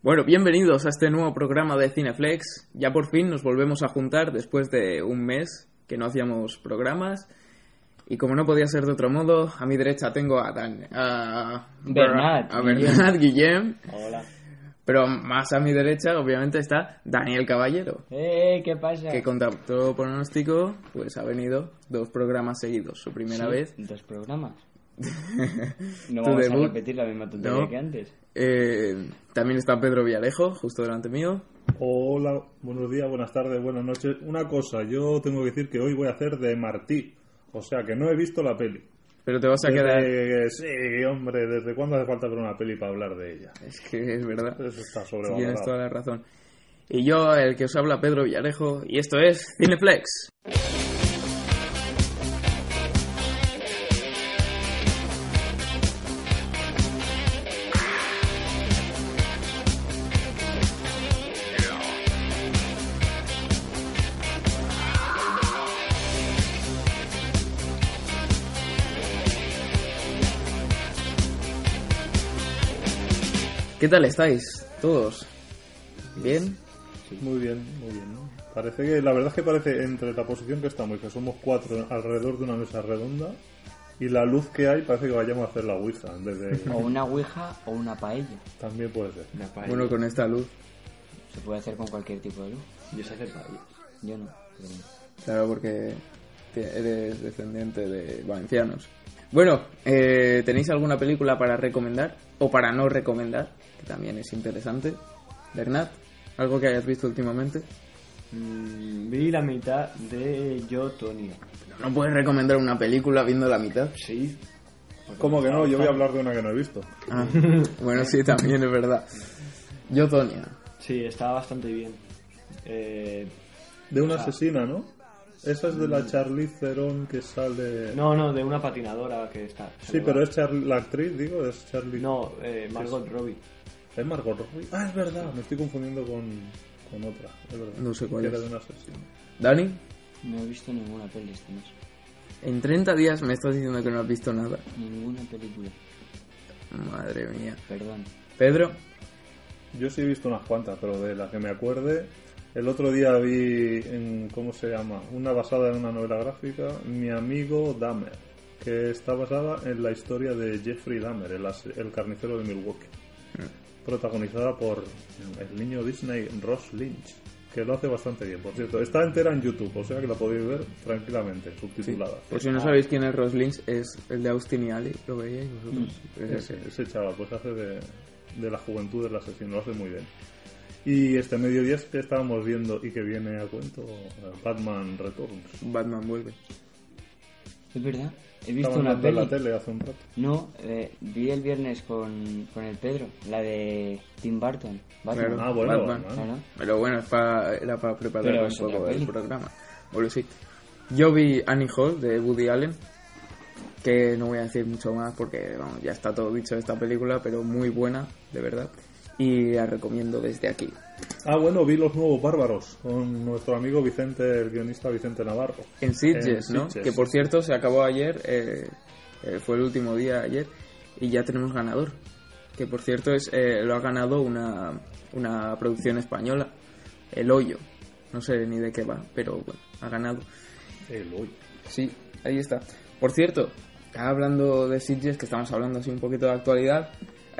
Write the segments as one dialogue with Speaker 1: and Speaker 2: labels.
Speaker 1: Bueno, bienvenidos a este nuevo programa de Cineflex. Ya por fin nos volvemos a juntar después de un mes que no hacíamos programas. Y como no podía ser de otro modo, a mi derecha tengo a Dan, a
Speaker 2: Bernat,
Speaker 1: a Bernat Guillem.
Speaker 2: Hola.
Speaker 1: Pero más a mi derecha, obviamente, está Daniel Caballero,
Speaker 2: ¡Eh, qué pasa!
Speaker 1: que contactó pronóstico, pues ha venido dos programas seguidos. Su primera
Speaker 2: Sí,
Speaker 1: vez
Speaker 2: Dos programas. No
Speaker 1: Tu
Speaker 2: vamos
Speaker 1: debut.
Speaker 2: a repetir la misma tontería
Speaker 1: No.
Speaker 2: que antes.
Speaker 1: Eh, también está Pedro Villarejo, justo delante mío.
Speaker 3: Hola, buenos días, buenas tardes, buenas noches. Una cosa, yo tengo que decir que hoy voy a hacer de Martí. O sea, que no he visto la peli.
Speaker 1: Pero te vas a
Speaker 3: Desde-
Speaker 1: quedar.
Speaker 3: Sí, hombre, ¿desde cuándo hace falta ver una peli para hablar de ella?
Speaker 1: Es que es verdad.
Speaker 2: Pues
Speaker 3: Eso está
Speaker 1: Sí, tienes toda
Speaker 3: sobrevalorado.
Speaker 1: la razón. Y yo, el que os habla, Pedro Villarejo, y esto es Cineflex. ¿Qué tal estáis todos? ¿Bien?
Speaker 3: Muy bien, muy bien. Parece que, la verdad es que parece entre la posición que estamos, que somos cuatro alrededor de una mesa redonda, y la luz que hay, parece que vayamos a hacer la Ouija. en vez de-
Speaker 2: O una ouija o una paella.
Speaker 3: También puede ser.
Speaker 4: Una paella.
Speaker 1: Bueno, con esta luz.
Speaker 2: Se puede hacer con cualquier tipo de luz.
Speaker 4: yo sé hacer paella.
Speaker 2: Yo no. pero no.
Speaker 1: Claro, porque te- eres descendiente de valencianos. Bueno, eh, ¿tenéis alguna película para recomendar? O para no recomendar, que también es interesante. Bernat, ¿algo que hayas visto últimamente?
Speaker 4: Mm, vi la mitad de Yo, Tonya.
Speaker 1: No puedes recomendar una película viendo la mitad.
Speaker 4: Sí.
Speaker 3: ¿Cómo que no? Yo voy a hablar de una que no he visto.
Speaker 1: Ah, bueno, sí, también es verdad. Yo, Tonia.
Speaker 4: Sí, estaba bastante bien. Eh,
Speaker 3: De una asesina, ¿no? Esa es de la Charlize Theron que sale...
Speaker 4: no, no, de una patinadora que está. se
Speaker 3: Sí,
Speaker 4: me
Speaker 3: pero
Speaker 4: va.
Speaker 3: es Char- la actriz, digo, es Charlie.
Speaker 4: No, eh, Margot Robbie.
Speaker 3: Es Margot Robbie. Ah, es verdad. Me estoy confundiendo con, con otra. Es verdad.
Speaker 1: No sé cuál
Speaker 3: Que
Speaker 1: es.
Speaker 3: Era de un asesino.
Speaker 1: Dani,
Speaker 2: No he visto ninguna peli este mes.
Speaker 1: en 30 días me estás diciendo que no has visto nada.
Speaker 2: Ninguna película.
Speaker 1: Madre mía.
Speaker 2: Perdón.
Speaker 1: Pedro,
Speaker 3: Yo sí he visto unas cuantas, pero de las que me acuerde. El otro día vi, en, ¿cómo se llama? Una basada en una novela gráfica, Mi amigo Dahmer, que está basada en la historia de Jeffrey Dahmer, el, as- el carnicero de Milwaukee. Protagonizada por el niño Disney Ross Lynch, que lo hace bastante bien, por cierto. Está entera en YouTube, o sea que la podéis ver tranquilamente, subtitulada.
Speaker 1: por si no sabéis quién es Ross Lynch, es el de Austin y Ali, lo veíais vosotros.
Speaker 2: Mm.
Speaker 1: Pues
Speaker 3: Ese, ese chaval, pues hace de, de la juventud del asesino, lo hace muy bien. Y este mediodía es que estábamos viendo y que viene a cuento eh, Batman Returns.
Speaker 1: Batman vuelve.
Speaker 2: Es verdad. He visto
Speaker 3: Estábamos
Speaker 2: una
Speaker 3: viendo en la
Speaker 2: peli.
Speaker 3: tele hace un rato.
Speaker 2: No, eh, vi el viernes con, con el Pedro. La de Tim Burton. Batman.
Speaker 1: Claro.
Speaker 3: Ah, bueno,
Speaker 1: Batman.
Speaker 3: Batman.
Speaker 2: Claro.
Speaker 1: Pero bueno, es pa- era para preparar
Speaker 2: Pero
Speaker 1: un
Speaker 2: es otra
Speaker 1: poco el
Speaker 2: peli.
Speaker 1: programa. Bueno, sí. Yo vi Annie Hall de Woody Allen, que no voy a decir mucho más porque vamos, ya está todo dicho de esta película, pero muy buena, de verdad. Y la recomiendo desde aquí.
Speaker 3: Ah, bueno, vi Los Nuevos Bárbaros con nuestro amigo Vicente, el guionista Vicente Navarro.
Speaker 1: En Sitges,
Speaker 3: En
Speaker 1: ¿no?
Speaker 3: Sitges.
Speaker 1: Que por cierto se acabó ayer, eh, eh, fue el último día ayer, y ya tenemos ganador. Que por cierto es eh, lo ha ganado una, una producción española, El Hoyo. No sé ni de qué va, pero bueno, ha ganado.
Speaker 3: El hoy.
Speaker 1: Sí, ahí está. Por cierto, hablando de Sitges, que estamos hablando así un poquito de actualidad,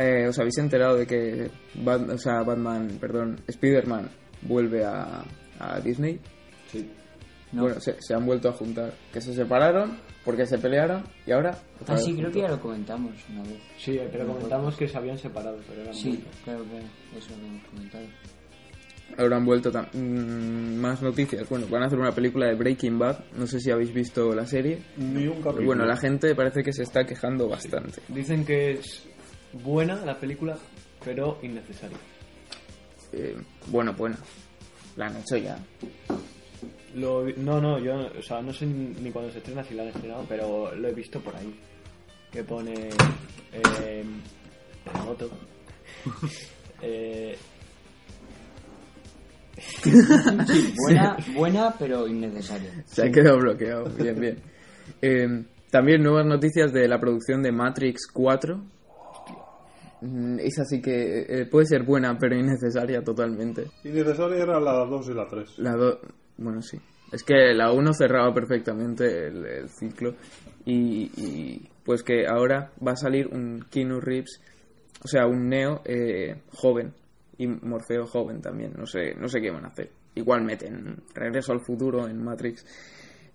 Speaker 1: eh, ¿os habéis enterado de que Bat- o sea, Batman, perdón, Spider-Man vuelve a, a Disney?
Speaker 4: Sí.
Speaker 2: No.
Speaker 1: Bueno, se, se han vuelto a juntar. Que se separaron porque se pelearon y ahora. otra
Speaker 2: Ah,
Speaker 1: vez
Speaker 2: sí, creo que ya
Speaker 1: juntos.
Speaker 2: lo comentamos una vez.
Speaker 4: Sí, eh, pero comentamos que se habían separado, pero eran
Speaker 2: Sí,
Speaker 4: muertos.
Speaker 2: claro, claro. Eso lo hemos comentado.
Speaker 1: Ahora han vuelto tam- mm, más noticias. Bueno, van a hacer una película de Breaking Bad. No sé si habéis visto la serie.
Speaker 3: Ni un capítulo.
Speaker 1: Pero Mm. bueno, la gente parece que se está quejando bastante.
Speaker 4: Dicen que es buena la película, pero innecesaria.
Speaker 1: eh, bueno, bueno. La han hecho ya.
Speaker 4: Lo vi- no, no, yo o sea, no sé ni cuándo se estrena, si la han estrenado, pero lo he visto por ahí. Que pone. Eh, la moto. eh,
Speaker 2: Buena, buena, pero innecesaria.
Speaker 1: Se ha quedado bloqueado. Bien, bien. Eh, también nuevas noticias de la producción de Matrix 4. Mm, Esa sí que eh, puede ser buena, pero innecesaria totalmente.
Speaker 3: Innecesaria era la 2 y la 3.
Speaker 1: La do- Bueno, sí. Es que la 1 cerraba perfectamente el, el ciclo. Y, y pues que ahora va a salir un Keanu Reeves, o sea, un Neo eh, joven. Y Morfeo joven también. No sé, no sé qué van a hacer. Igual meten Regreso al futuro en Matrix.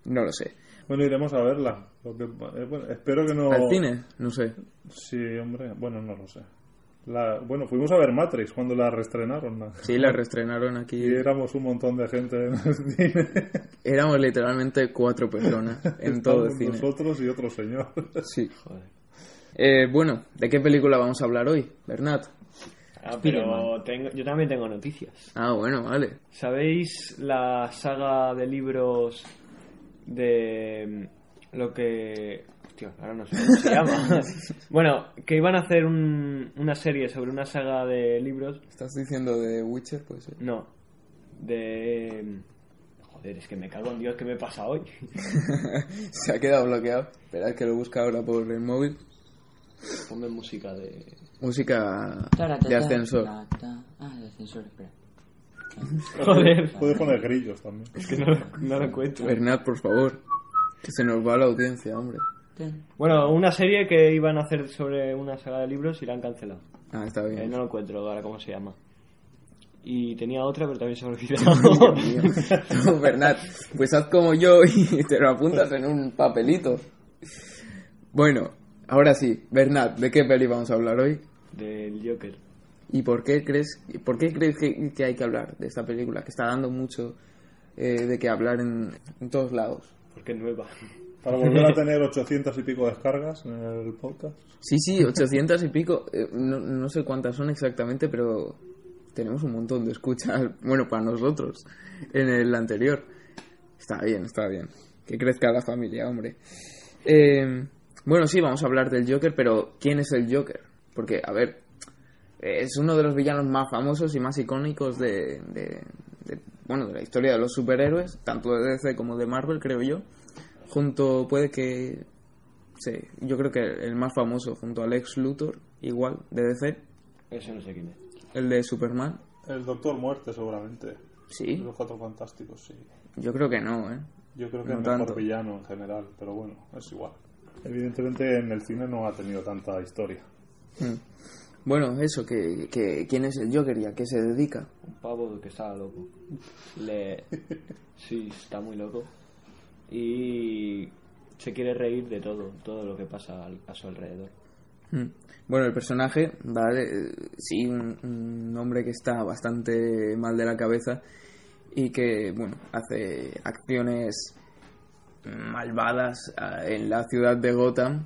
Speaker 1: No lo sé.
Speaker 3: Bueno, iremos a verla. Lo que- eh, bueno, espero que no.
Speaker 1: ¿Al cine? No sé.
Speaker 3: Sí, hombre. Bueno, no lo sé. La- Bueno, fuimos a ver Matrix cuando la reestrenaron. ¿no?
Speaker 1: Sí, la reestrenaron aquí.
Speaker 3: Y éramos un montón de gente en el cine.
Speaker 1: Éramos literalmente cuatro personas en todo el
Speaker 3: Estábamos
Speaker 1: cine.
Speaker 3: Nosotros y otro señor.
Speaker 1: Sí. Eh, bueno, ¿de qué película vamos a hablar hoy, Bernat?
Speaker 4: ah, pero tengo, yo también tengo noticias.
Speaker 1: Ah, bueno, vale.
Speaker 4: ¿Sabéis la saga de libros de mm, lo que... Hostia, ahora no sé cómo se llama. bueno, que iban a hacer un- una serie sobre una saga de libros.
Speaker 1: ¿Estás diciendo de Witcher? Pues
Speaker 4: No, de... mm, Joder, es que me cago en Dios, ¿qué me pasa hoy?
Speaker 1: se ha quedado bloqueado. Esperad que lo busca ahora por el móvil.
Speaker 4: Ponme música de...
Speaker 1: Música
Speaker 2: Tarata,
Speaker 1: de ascensor.
Speaker 2: ta, ta. Ah, de ascensor, espera.
Speaker 4: Joder,
Speaker 3: Puedes poner grillos también.
Speaker 4: es que no, lo- no lo encuentro.
Speaker 1: Bernat, por favor. Que se nos va la audiencia, hombre.
Speaker 2: Ten.
Speaker 4: Bueno, una serie que iban a hacer sobre una saga de libros y la han cancelado.
Speaker 1: Ah, está
Speaker 4: Eh,
Speaker 1: bien.
Speaker 4: no lo encuentro ahora cómo se llama. Y tenía otra, pero también se me ha olvidado.
Speaker 1: No, Bernat, pues haz como yo y te lo apuntas en un papelito. Bueno, ahora sí, Bernat, ¿de qué peli vamos a hablar hoy?
Speaker 4: Del Joker.
Speaker 1: ¿Y por qué crees, por qué crees que, que hay que hablar de esta película? Que está dando mucho eh, de qué hablar en, en todos lados.
Speaker 4: Porque es nueva.
Speaker 3: Para volver a tener 800 y pico descargas en el podcast.
Speaker 1: Sí, sí, 800 y pico. eh, no, no sé cuántas son exactamente, pero tenemos un montón de escuchas. Bueno, para nosotros, en el anterior. Está bien, está bien. Que crezca la familia, hombre. Eh, bueno, sí, vamos a hablar del Joker, pero ¿quién es el Joker? Porque, a ver, es uno de los villanos más famosos y más icónicos de, de- de- bueno, de la historia de los superhéroes, tanto de DC como de Marvel, creo yo. Junto, puede que Sí, yo creo que el más famoso junto al ex Luthor, igual, de DC,
Speaker 4: Eso no sé quién es.
Speaker 1: el de Superman.
Speaker 3: El Doctor Muerte, seguramente.
Speaker 1: Sí,
Speaker 3: Los Cuatro Fantásticos, sí.
Speaker 1: yo creo que no, ¿eh?
Speaker 3: Yo creo que
Speaker 1: No
Speaker 3: es mejor
Speaker 1: tanto.
Speaker 3: villano en general, pero bueno, es igual. Evidentemente en el cine no ha tenido tanta historia.
Speaker 1: Mm. Bueno, eso, que, que quién es el Joker y a qué se dedica.
Speaker 4: Un pavo que está loco. Le... Sí, está muy loco. Y se quiere reír de todo, todo lo que pasa al- a su alrededor.
Speaker 1: Mm. Bueno, el personaje, vale, eh, sí, un, un hombre que está bastante mal de la cabeza y que, bueno, hace acciones malvadas ah, en la ciudad de Gotham,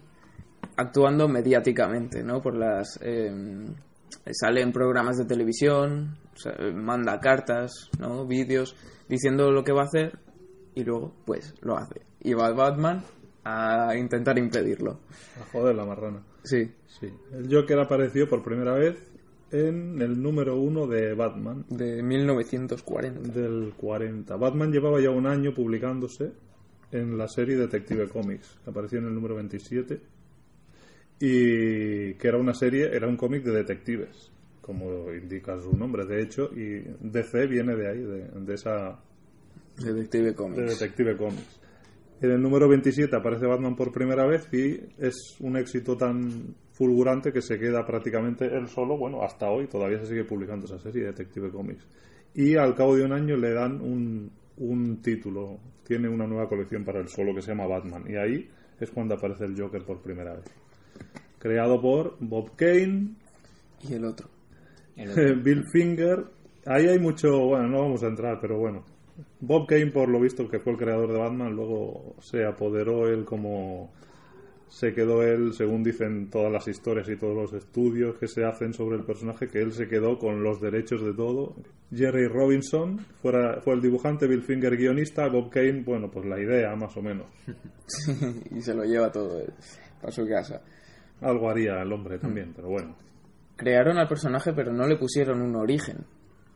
Speaker 1: actuando mediáticamente, ¿no? Por las... eh, sale en programas de televisión, o sea, eh, manda cartas, ¿no? Vídeos diciendo lo que va a hacer y luego, pues, lo hace. Y va Batman a intentar impedirlo.
Speaker 3: A Ah, joder la marrana.
Speaker 1: Sí.
Speaker 3: Sí. El Joker apareció por primera vez en el número uno de Batman
Speaker 1: de 1940.
Speaker 3: del 40. Batman llevaba ya un año publicándose en la serie Detective Comics, que apareció en el número 27, y que era una serie, era un cómic de detectives, como indica su nombre, de hecho, y DC viene de ahí, de, de esa
Speaker 1: Detective
Speaker 3: de
Speaker 1: Comics.
Speaker 3: Detective Comics. En el número 27 aparece Batman por primera vez y es un éxito tan fulgurante que se queda prácticamente él solo. Bueno, hasta hoy todavía se sigue publicando esa serie, Detective Comics. Y al cabo de un año le dan un, un título. Tiene una nueva colección para él solo que se llama Batman. Y ahí es cuando aparece el Joker por primera vez. Creado por Bob Kane,
Speaker 1: Y el otro.
Speaker 2: El otro.
Speaker 3: eh, Bill Finger. Ahí hay mucho. Bueno, no vamos a entrar, pero bueno. Bob Kane, por lo visto, que fue el creador de Batman, luego se apoderó él como se quedó él, según dicen todas las historias y todos los estudios que se hacen sobre el personaje, que él se quedó con los derechos de todo. Jerry Robinson fuera, fue el dibujante, Bill Finger guionista, Bob Kane, bueno, pues la idea más o menos.
Speaker 1: y se lo lleva todo él para su casa.
Speaker 3: Algo haría el hombre también, pero bueno.
Speaker 1: Crearon al personaje, pero no le pusieron un origen.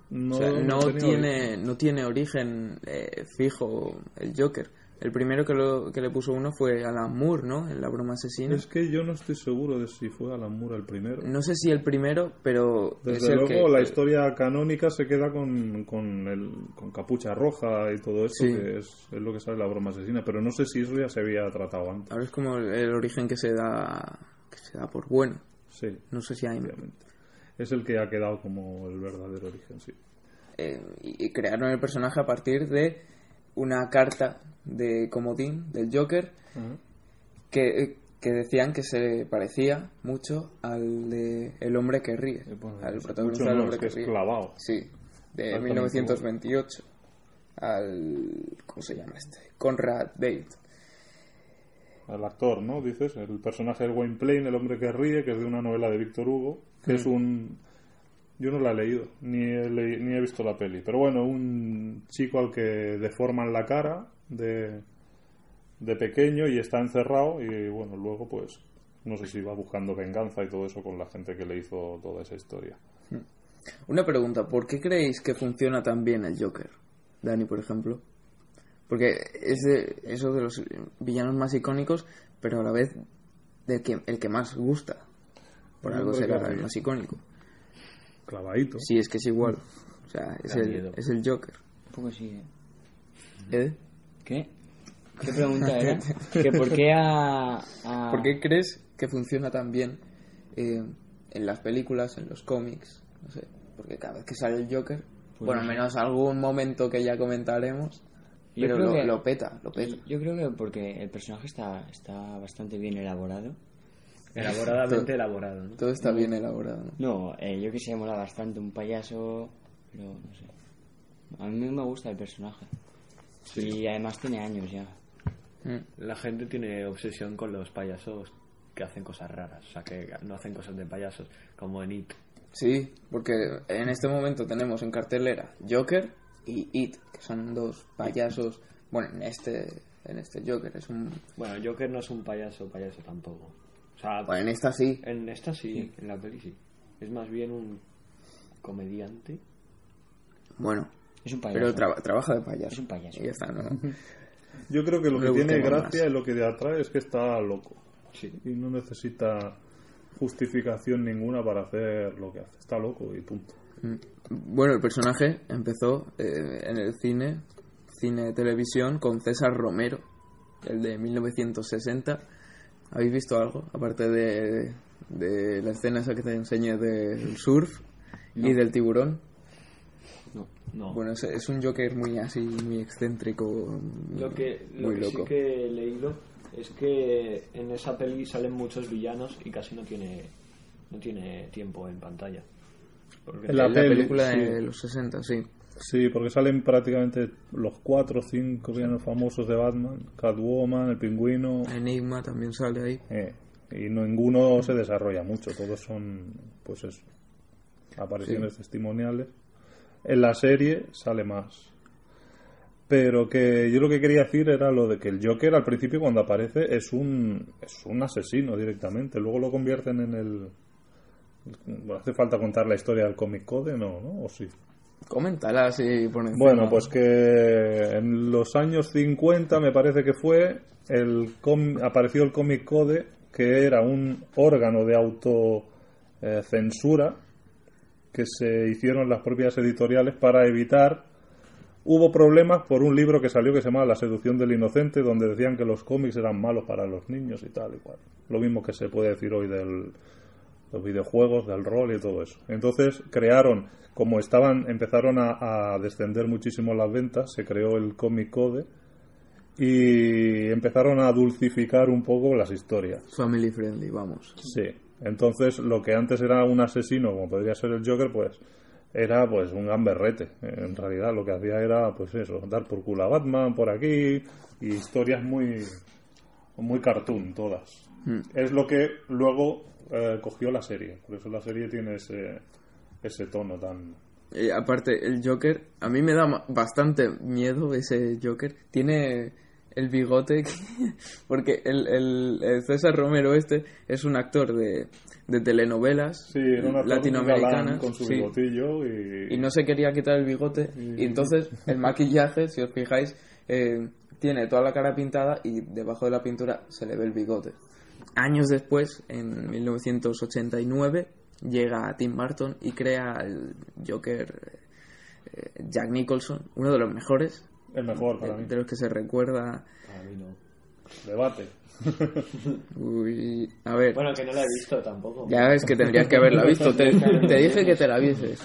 Speaker 3: No,
Speaker 1: o sea, no
Speaker 3: tenía
Speaker 1: tiene, no tiene origen eh, fijo el Joker. El primero que, lo, que le puso uno fue Alan Moore, ¿no? En la broma asesina.
Speaker 3: Es que yo no estoy seguro de si fue Alan Moore el primero.
Speaker 1: No sé si el primero, pero es
Speaker 3: Desde
Speaker 1: el
Speaker 3: luego,
Speaker 1: que... eh,
Speaker 3: la historia canónica se queda con, con, el, con Capucha Roja y todo eso,
Speaker 1: Sí.
Speaker 3: que es, es lo que sale la broma asesina, pero no sé si eso ya se había tratado antes.
Speaker 1: Ahora es como el, el origen que se da que se da por bueno.
Speaker 3: Sí,
Speaker 1: No sé si hay...
Speaker 3: obviamente. Es el que ha quedado como el verdadero origen, sí.
Speaker 1: eh, y y crearon el personaje a partir de una carta de comodín del Joker
Speaker 3: Ajá.
Speaker 1: que, eh, que decían que se parecía mucho al de El hombre que ríe,
Speaker 3: Eh, bueno,
Speaker 1: al
Speaker 3: es
Speaker 1: Ah, protagonista
Speaker 3: mucho
Speaker 1: del
Speaker 3: no,
Speaker 1: hombre
Speaker 3: es que
Speaker 1: que,
Speaker 3: es
Speaker 1: ríe.
Speaker 3: clavado.
Speaker 1: Sí, de
Speaker 3: Exactamente
Speaker 1: 1928 al ¿cómo se llama este? Conrad Date.
Speaker 3: Al actor, ¿no? Dices, el personaje del Wayne Plain, el hombre que ríe, que es de una novela de Víctor Hugo, que es un... Yo no la he leído, ni he, leí- ni he visto la peli, pero bueno, un chico al que deforman la cara de, de pequeño y está encerrado y bueno, luego pues no sé si va buscando venganza y todo eso con la gente que le hizo toda esa historia.
Speaker 1: Una pregunta, ¿por qué creéis que funciona tan bien el Joker? Dani, por ejemplo. Porque es de esos de los villanos más icónicos, pero a la vez del que, el que más gusta. Por
Speaker 3: El
Speaker 1: algo
Speaker 3: hombre que
Speaker 1: será el
Speaker 3: ríe.
Speaker 1: más icónico.
Speaker 3: Clavadito.
Speaker 1: Sí, es que es igual. O sea, es,
Speaker 4: Da
Speaker 1: el,
Speaker 4: miedo.
Speaker 1: es el Joker.
Speaker 2: Un poco sí, ¿eh?
Speaker 1: ¿Eh?
Speaker 2: ¿Qué? ¿Qué pregunta era? ¿Que por qué a, a-
Speaker 1: ¿Por qué crees que funciona tan bien eh, en las películas, en los cómics? No sé, porque cada vez que sale el Joker, por lo menos algún momento que ya comentaremos,
Speaker 2: Yo
Speaker 1: pero
Speaker 2: creo
Speaker 1: lo,
Speaker 2: que-
Speaker 1: lo peta, lo peta.
Speaker 2: Yo creo que porque el personaje está, está bastante bien elaborado.
Speaker 4: Elaboradamente elaborado, ¿no?
Speaker 1: Todo está bien elaborado, ¿no?
Speaker 2: No, eh, yo que sé, mola bastante un payaso, pero no sé. A mí me gusta el personaje. Y además tiene años ya.
Speaker 1: Mm.
Speaker 4: La gente tiene obsesión con los payasos que hacen cosas raras, o sea, que no hacen cosas de payasos, como en It.
Speaker 1: Sí, porque en este momento tenemos en cartelera Joker y It, que son dos payasos. Bueno, en este, en este Joker es un.
Speaker 4: Bueno, Joker no es un payaso, payaso tampoco. O sea,
Speaker 1: Bueno, en esta sí.
Speaker 4: en esta sí, en la peli sí. Es más bien un comediante.
Speaker 1: Bueno,
Speaker 2: Es un payaso.
Speaker 1: pero traba- trabaja de payaso.
Speaker 2: Es un payaso.
Speaker 1: Y ya está, ¿no?
Speaker 3: Yo creo que lo
Speaker 1: No
Speaker 3: que
Speaker 1: le
Speaker 3: tiene
Speaker 1: busquemos
Speaker 3: gracia
Speaker 1: más.
Speaker 3: y lo que le atrae es que está loco.
Speaker 4: Sí.
Speaker 3: y no necesita justificación ninguna para hacer lo que hace. Está loco y punto.
Speaker 1: Mm. Bueno, el personaje empezó eh, en el cine, cine televisión, con César Romero, el de 1960. ¿Habéis visto algo? Aparte de, de la escena esa que te enseñé del surf y del tiburón.
Speaker 2: No.
Speaker 4: No.
Speaker 1: Bueno, es, es un Joker muy así, muy excéntrico,
Speaker 4: Lo que, lo
Speaker 1: muy
Speaker 4: que sí
Speaker 1: loco.
Speaker 4: que he leído es que en esa peli salen muchos villanos y casi no tiene no tiene tiempo en pantalla. Porque
Speaker 3: En la
Speaker 1: Es
Speaker 3: peli,
Speaker 1: película
Speaker 3: sí.
Speaker 1: de los 60, sí.
Speaker 3: Sí, porque salen prácticamente los cuatro o cinco villanos famosos de Batman, Catwoman, el pingüino,
Speaker 1: Enigma también sale ahí.
Speaker 3: eh, y no- ninguno se desarrolla mucho, todos son, pues eso, apariciones testimoniales. En la serie sale más. Pero que yo lo que quería decir era lo de que el Joker al principio cuando aparece es un, es un asesino directamente, luego lo convierten en el... ¿Hace falta contar la historia del Comic Code? No, ¿no? ¿O sí?
Speaker 1: Coméntala así por encima.
Speaker 3: Bueno, pues que en los años 50 me parece que fue, el com- apareció el Comic Code, que era un órgano de autocensura que se hicieron las propias editoriales para evitar... Hubo problemas por un libro que salió que se llamaba La seducción del inocente, donde decían que los cómics eran malos para los niños y tal y cual. Lo mismo que se puede decir hoy del, los videojuegos, del rol y todo eso. Entonces crearon, como estaban, empezaron a, a descender muchísimo las ventas, se creó el Comic Code y empezaron a dulcificar un poco las historias.
Speaker 1: Family friendly, vamos.
Speaker 3: Sí. Entonces lo que antes era un asesino, como podría ser el Joker, pues era pues un gamberrete. En realidad lo que hacía era pues eso, dar por culo a Batman por aquí y historias muy muy cartoon todas.
Speaker 1: Mm.
Speaker 3: Es lo que luego eh, cogió la serie. Por eso la serie tiene ese, ese tono tan.
Speaker 1: Y Eh, aparte, el Joker, a mí me da ma- bastante miedo ese Joker. Tiene el bigote, que- porque el, el- el César Romero este es un actor de, de telenovelas
Speaker 3: Sí, era una
Speaker 1: latinoamericanas.
Speaker 3: con su
Speaker 1: sí.
Speaker 3: bigotillo y.
Speaker 1: y no se quería quitar el bigote. Y entonces el maquillaje, si os fijáis, eh, tiene toda la cara pintada y debajo de la pintura se le ve el bigote. Años después, en 1989, llega Tim Burton y crea el Joker eh, Jack Nicholson, uno de los mejores,
Speaker 3: El mejor para
Speaker 1: de,
Speaker 3: mí.
Speaker 1: eh, de los que se recuerda.
Speaker 2: Para mí no.
Speaker 3: Debate.
Speaker 1: Uy, a ver,
Speaker 4: Bueno, que no la he visto tampoco.
Speaker 1: ya ves que tendrías que haberla visto, te, te dije que te la vieses.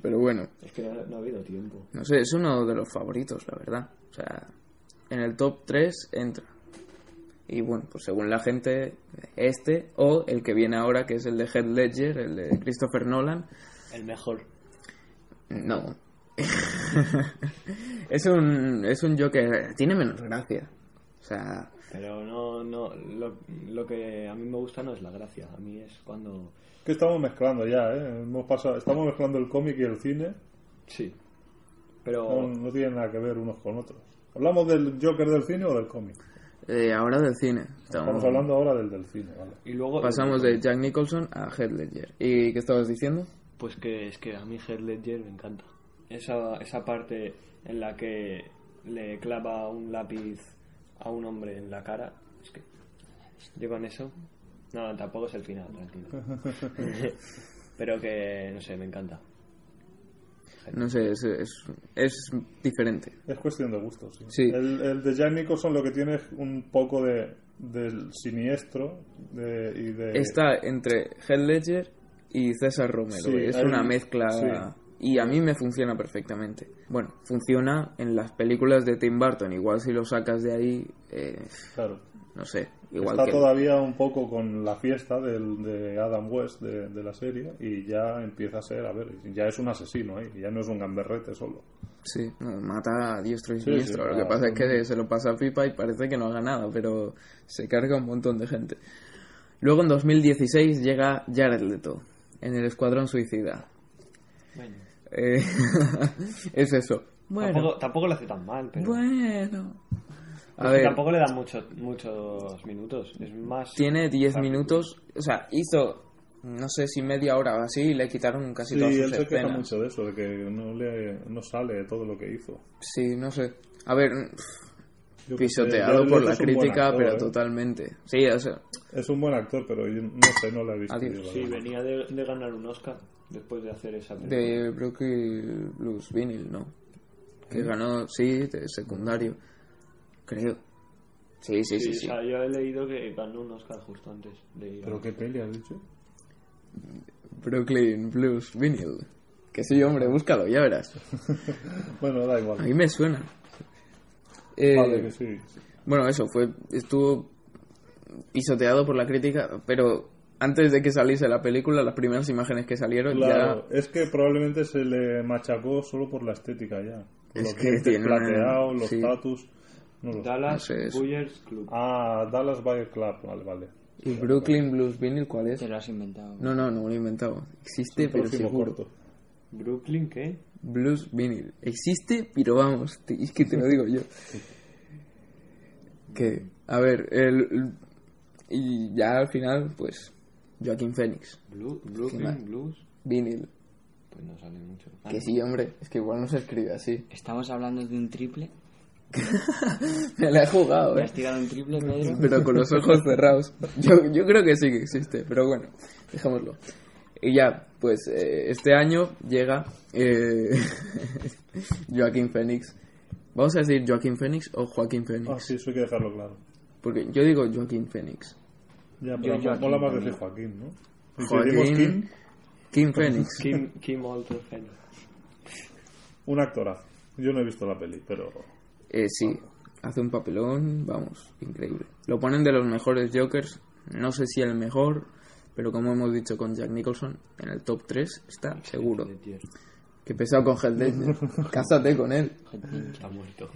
Speaker 1: Pero bueno.
Speaker 4: Es que no, no ha habido tiempo.
Speaker 1: No sé, es uno de los favoritos, la verdad. O sea, en el top 3 entra. Y bueno, pues según la gente, este o el que viene ahora, que es el de Head Ledger, el de Christopher Nolan.
Speaker 4: El mejor.
Speaker 1: No. es, un, es un Joker. Tiene menos gracia. O sea,
Speaker 4: Pero no, no, lo, lo que a mí me gusta no es la gracia. A mí es cuando...
Speaker 3: Que estamos mezclando ya, ¿eh? Hemos pasado- estamos mezclando el cómic y el cine.
Speaker 4: Sí. Pero...
Speaker 3: No,
Speaker 1: Mm.
Speaker 3: no tienen nada que ver unos con otros. ¿Hablamos del Joker del cine o del cómic?
Speaker 1: eh, ahora del cine. Estamos-
Speaker 3: Estamos hablando ahora del del cine, ¿vale?
Speaker 4: Y luego...
Speaker 1: Pasamos de Jack Nicholson a Head Ledger. ¿Y qué estabas diciendo?
Speaker 4: Pues que es que a mí Heath Ledger me encanta. Esa, esa parte en la que le clava un lápiz a un hombre en la cara. Es que. Yo con eso. No, tampoco es el final, tranquilo. Pero que, no sé, me encanta.
Speaker 1: No sé, es, es, es diferente.
Speaker 3: Es cuestión de gusto, sí.
Speaker 1: Sí.
Speaker 3: El, el de Jack Nicholson lo que tiene es un poco de, del siniestro de, y de...
Speaker 1: está entre Heath Ledger y César Romero.
Speaker 3: Sí,
Speaker 1: es
Speaker 3: hay-
Speaker 1: una mezcla
Speaker 3: sí.
Speaker 1: y a mí me funciona perfectamente. Bueno, funciona en las películas de Tim Burton. Igual si lo sacas de ahí, eh,
Speaker 3: Claro.
Speaker 1: no sé. Igual
Speaker 3: está
Speaker 1: que
Speaker 3: todavía un poco con la fiesta del, de Adam West de, de la serie y ya empieza a ser, a ver, ya es un asesino ahí, ya no es un gamberrete solo.
Speaker 1: sí, no, mata a diestro y
Speaker 3: Sí,
Speaker 1: siniestro.
Speaker 3: sí,
Speaker 1: lo
Speaker 3: claro.
Speaker 1: que pasa es que se lo pasa a pipa y parece que no haga nada, pero se carga un montón de gente. Luego en 2016 llega Jared Leto en el Escuadrón Suicida.
Speaker 4: Bueno.
Speaker 1: Eh, es eso. Bueno,
Speaker 4: Tampoco, tampoco lo hace tan mal, pero.
Speaker 1: Bueno. A
Speaker 4: Es que
Speaker 1: ver,
Speaker 4: Tampoco le dan mucho, muchos minutos. Es más.
Speaker 1: tiene 10
Speaker 4: rápido.
Speaker 1: minutos. O sea, hizo, no sé si media hora o así, y le quitaron casi
Speaker 3: Sí,
Speaker 1: todas
Speaker 3: él
Speaker 1: sus
Speaker 3: se queja
Speaker 1: escenas.
Speaker 3: mucho de eso, de que no, le, no sale todo lo que hizo.
Speaker 1: Sí, no sé. A ver,
Speaker 3: Yo qué sé,
Speaker 1: pisoteado
Speaker 3: Jared
Speaker 1: por
Speaker 3: Leto
Speaker 1: la
Speaker 3: es un buen
Speaker 1: crítica,
Speaker 3: actor,
Speaker 1: pero
Speaker 3: ¿eh?
Speaker 1: totalmente. Sí, o sea,
Speaker 3: Es un buen actor, pero yo no sé, no la he visto.
Speaker 1: Adiós.
Speaker 3: yo, la
Speaker 4: Sí,
Speaker 3: verdad.
Speaker 4: venía de, de ganar un Oscar después de hacer esa película.
Speaker 1: de Brooklyn Blues Vinyl, ¿no?
Speaker 3: ¿Mm?
Speaker 1: Que ganó, sí, de secundario. Creo. Sí, sí, sí,
Speaker 4: Sí,
Speaker 1: sí.
Speaker 4: o sea, yo he leído que ganó un Oscar justo antes de ir a-
Speaker 3: ¿Pero qué peli has dicho?
Speaker 1: Brooklyn Blues Vinyl. Que sí, hombre, búscalo, ya verás.
Speaker 3: Bueno, da igual.
Speaker 1: A mí me suena. Eh,
Speaker 3: Vale, que sí.
Speaker 1: Bueno, eso, fue estuvo pisoteado por la crítica, pero antes de que saliese la película, las primeras imágenes que salieron
Speaker 3: Claro,
Speaker 1: ya...
Speaker 3: es que probablemente se le machacó solo por la estética ya. Por
Speaker 1: Es
Speaker 3: los
Speaker 1: que
Speaker 3: dientes
Speaker 1: tiene una-
Speaker 3: plateados, los
Speaker 1: sí.
Speaker 3: tatus. No lo sé.
Speaker 4: Dallas
Speaker 1: No sé eso.
Speaker 4: Buyers Club.
Speaker 3: Ah, Dallas Buyer Club, vale, vale.
Speaker 1: ¿Y Brooklyn Blues Vinyl cuál es?
Speaker 2: Te lo has inventado.
Speaker 1: No, no, no me lo he inventado. Existe, pero
Speaker 3: Próximo
Speaker 1: seguro.
Speaker 3: corto.
Speaker 4: Brooklyn, ¿qué?
Speaker 1: Blues Vinyl. Existe, pero vamos, te- es que te lo digo yo. Que, a ver, el, el- y ya al final, pues, Joaquín Phoenix,
Speaker 4: Blue-
Speaker 1: mal.
Speaker 4: Brooklyn Blues.
Speaker 1: Vinil.
Speaker 4: Pues no sale mucho.
Speaker 2: Vale.
Speaker 3: Ah.
Speaker 1: Que sí, hombre, es que igual no se escribe así.
Speaker 2: Estamos hablando de un triple.
Speaker 1: Me la he jugado,
Speaker 2: ¿Me
Speaker 1: eh.
Speaker 2: has tirado un triple, Pedro?
Speaker 1: pero con los ojos cerrados. Yo, yo creo que sí que existe, pero bueno, dejémoslo. Y ya, pues eh, este año llega eh, Joaquín Phoenix. Vamos a decir Joaquín Phoenix o Joaquín Phoenix.
Speaker 3: Ah, sí, eso hay que dejarlo claro.
Speaker 1: Porque yo digo Joaquín Phoenix.
Speaker 3: Ya, pero
Speaker 2: Yo, Joaquín
Speaker 3: mola más
Speaker 2: también.
Speaker 3: decir Joaquín, ¿no? Y si decimos
Speaker 1: Joaquín.
Speaker 3: Kim,
Speaker 1: Kim Phoenix.
Speaker 4: Kim, Kim Olsen.
Speaker 3: un actorazo. Yo no he visto la peli, pero...
Speaker 1: Eh, sí, hace un papelón, vamos, increíble. Lo ponen de los mejores Jokers, no sé si el mejor, pero como hemos dicho con Jack Nicholson, en el top 3 está seguro. Qué pesado con Helldanger. Cásate con él.
Speaker 4: Está muerto.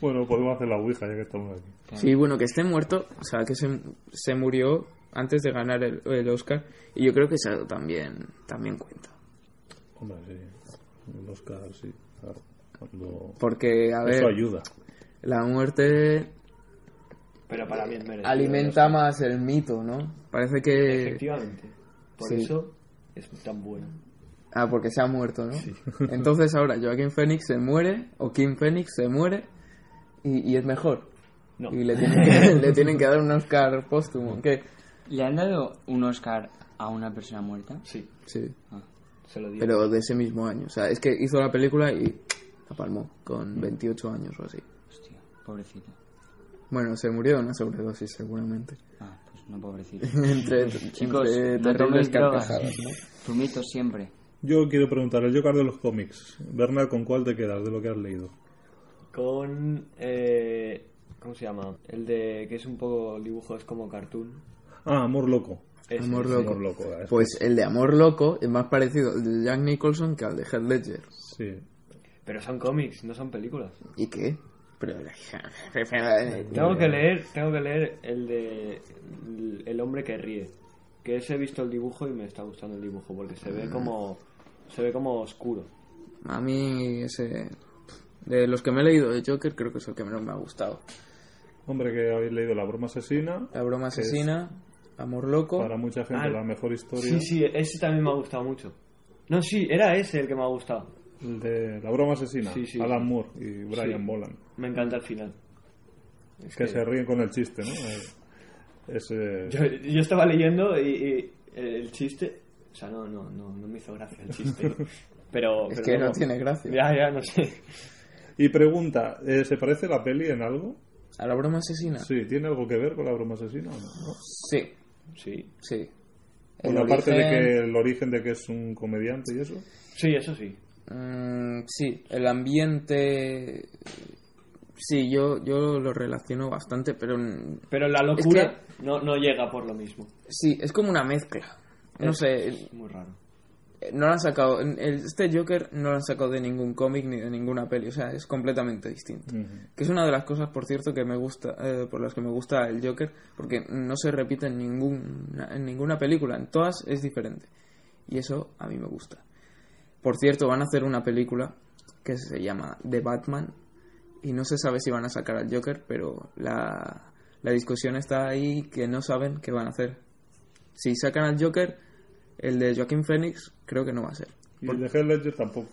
Speaker 3: Bueno, podemos hacer la Ouija ya que estamos aquí.
Speaker 1: Sí, bueno, que esté muerto, o sea, que se, se murió antes de ganar el, el Oscar. Y yo creo que eso también, también cuenta.
Speaker 3: Hombre, sí. El Oscar, sí. claro. Cuando-
Speaker 1: Porque, a ver,
Speaker 3: Eso ayuda.
Speaker 1: la muerte
Speaker 4: Pero para bien merecido.
Speaker 1: alimenta más el mito, ¿no? Parece que...
Speaker 4: Efectivamente. Por
Speaker 1: Sí.
Speaker 4: eso es tan bueno.
Speaker 1: Ah, porque se ha muerto, ¿no? Entonces ahora Joaquín Phoenix se muere, o Kim Phoenix se muere, y, y es mejor.
Speaker 4: No.
Speaker 1: Y le tienen, que, le tienen que dar un Oscar póstumo. ¿Qué?
Speaker 2: ¿Le han dado un Oscar a una persona muerta?
Speaker 4: Sí,
Speaker 1: Sí.
Speaker 4: se lo digo.
Speaker 1: pero de ese mismo año. O sea, es que hizo la película y la palmó con 28 años o así.
Speaker 2: Hostia, pobrecito.
Speaker 1: Bueno, se murió de una sobredosis seguramente.
Speaker 2: Ah, pues no pobrecito.
Speaker 1: entre
Speaker 2: Chicos,
Speaker 4: eh,
Speaker 1: entre
Speaker 2: no
Speaker 1: terribles
Speaker 2: toméis drogas.
Speaker 1: carcajadas, ¿no?
Speaker 2: Tu mito siempre.
Speaker 3: Yo quiero preguntar, el Joker de los cómics. Bernard, ¿con cuál te quedas de lo que has leído?
Speaker 4: Con. Eh, ¿Cómo se llama? El de. que es un poco dibujo, es como cartoon.
Speaker 3: Ah, Amor Loco.
Speaker 4: Ese,
Speaker 1: Amor
Speaker 4: ese.
Speaker 1: loco.
Speaker 3: Amor Loco, eh.
Speaker 1: Pues el de Amor Loco es más parecido al de Jack Nicholson que al de Heath Ledger.
Speaker 3: Sí.
Speaker 4: Pero son cómics, no son películas.
Speaker 1: ¿Y qué? Pero la-
Speaker 4: Tengo
Speaker 1: Eh,
Speaker 4: que leer, tengo que leer el de El hombre que ríe. Que ese he visto el dibujo y me está gustando el dibujo porque se
Speaker 1: Mm.
Speaker 4: ve como se ve como oscuro.
Speaker 1: A mí ese... De los que me he leído de Joker creo que es el que menos me ha gustado.
Speaker 3: Hombre, que habéis leído La Broma Asesina.
Speaker 1: La broma
Speaker 3: que es
Speaker 1: asesina, Amor Loco...
Speaker 3: Para mucha gente
Speaker 4: Ah,
Speaker 3: la mejor historia.
Speaker 4: Sí, sí, ese también me ha gustado mucho. No, sí, era ese el que me ha gustado.
Speaker 3: El de La Broma Asesina.
Speaker 4: Sí, sí.
Speaker 3: Alan Moore y Brian
Speaker 4: Sí.
Speaker 3: Boland.
Speaker 4: Me encanta el final. Es
Speaker 3: Que se ríen con el chiste, ¿no? Eh, Ese...
Speaker 4: yo, yo estaba leyendo y, y el chiste, o sea, no, no, no, no me hizo gracia el chiste. Pero
Speaker 1: Es
Speaker 4: pero
Speaker 1: que no
Speaker 4: luego-
Speaker 1: tiene gracia.
Speaker 4: Ya, ya, no sé.
Speaker 3: Y pregunta, eh, ¿se parece la peli en algo?
Speaker 1: ¿A la broma asesina?
Speaker 3: Sí, ¿tiene algo que ver con La Broma Asesina o no? ¿No?
Speaker 1: Sí,
Speaker 4: Sí.
Speaker 1: sí.
Speaker 3: Por
Speaker 1: El
Speaker 3: la parte de
Speaker 1: origen-
Speaker 3: que el origen de que es un comediante y eso.
Speaker 4: Sí, eso sí.
Speaker 1: Mm, sí, el ambiente. Sí, yo, yo lo relaciono bastante, pero mm,
Speaker 4: Pero la
Speaker 1: que-
Speaker 4: locura no, no llega por lo mismo.
Speaker 1: sí, es como una mezcla. No
Speaker 4: Es-
Speaker 1: sé,
Speaker 4: Es muy raro.
Speaker 1: no lo han sacado. el- Este Joker no lo han sacado de ningún cómic ni de ninguna peli, o sea, es completamente distinto. Que es una de las cosas, por cierto, que me gusta, eh, por las que me gusta el Joker, porque no se repite en, ninguna en ninguna película, en todas es diferente. Y eso a mí me gusta. Por cierto, van a hacer una película que se llama The Batman y no se sabe si van a sacar al Joker, pero la, la discusión está ahí que no saben qué van a hacer. Si sacan al Joker, el de Joaquin Phoenix creo que no va a ser.
Speaker 3: Y el de Heath Ledger tampoco.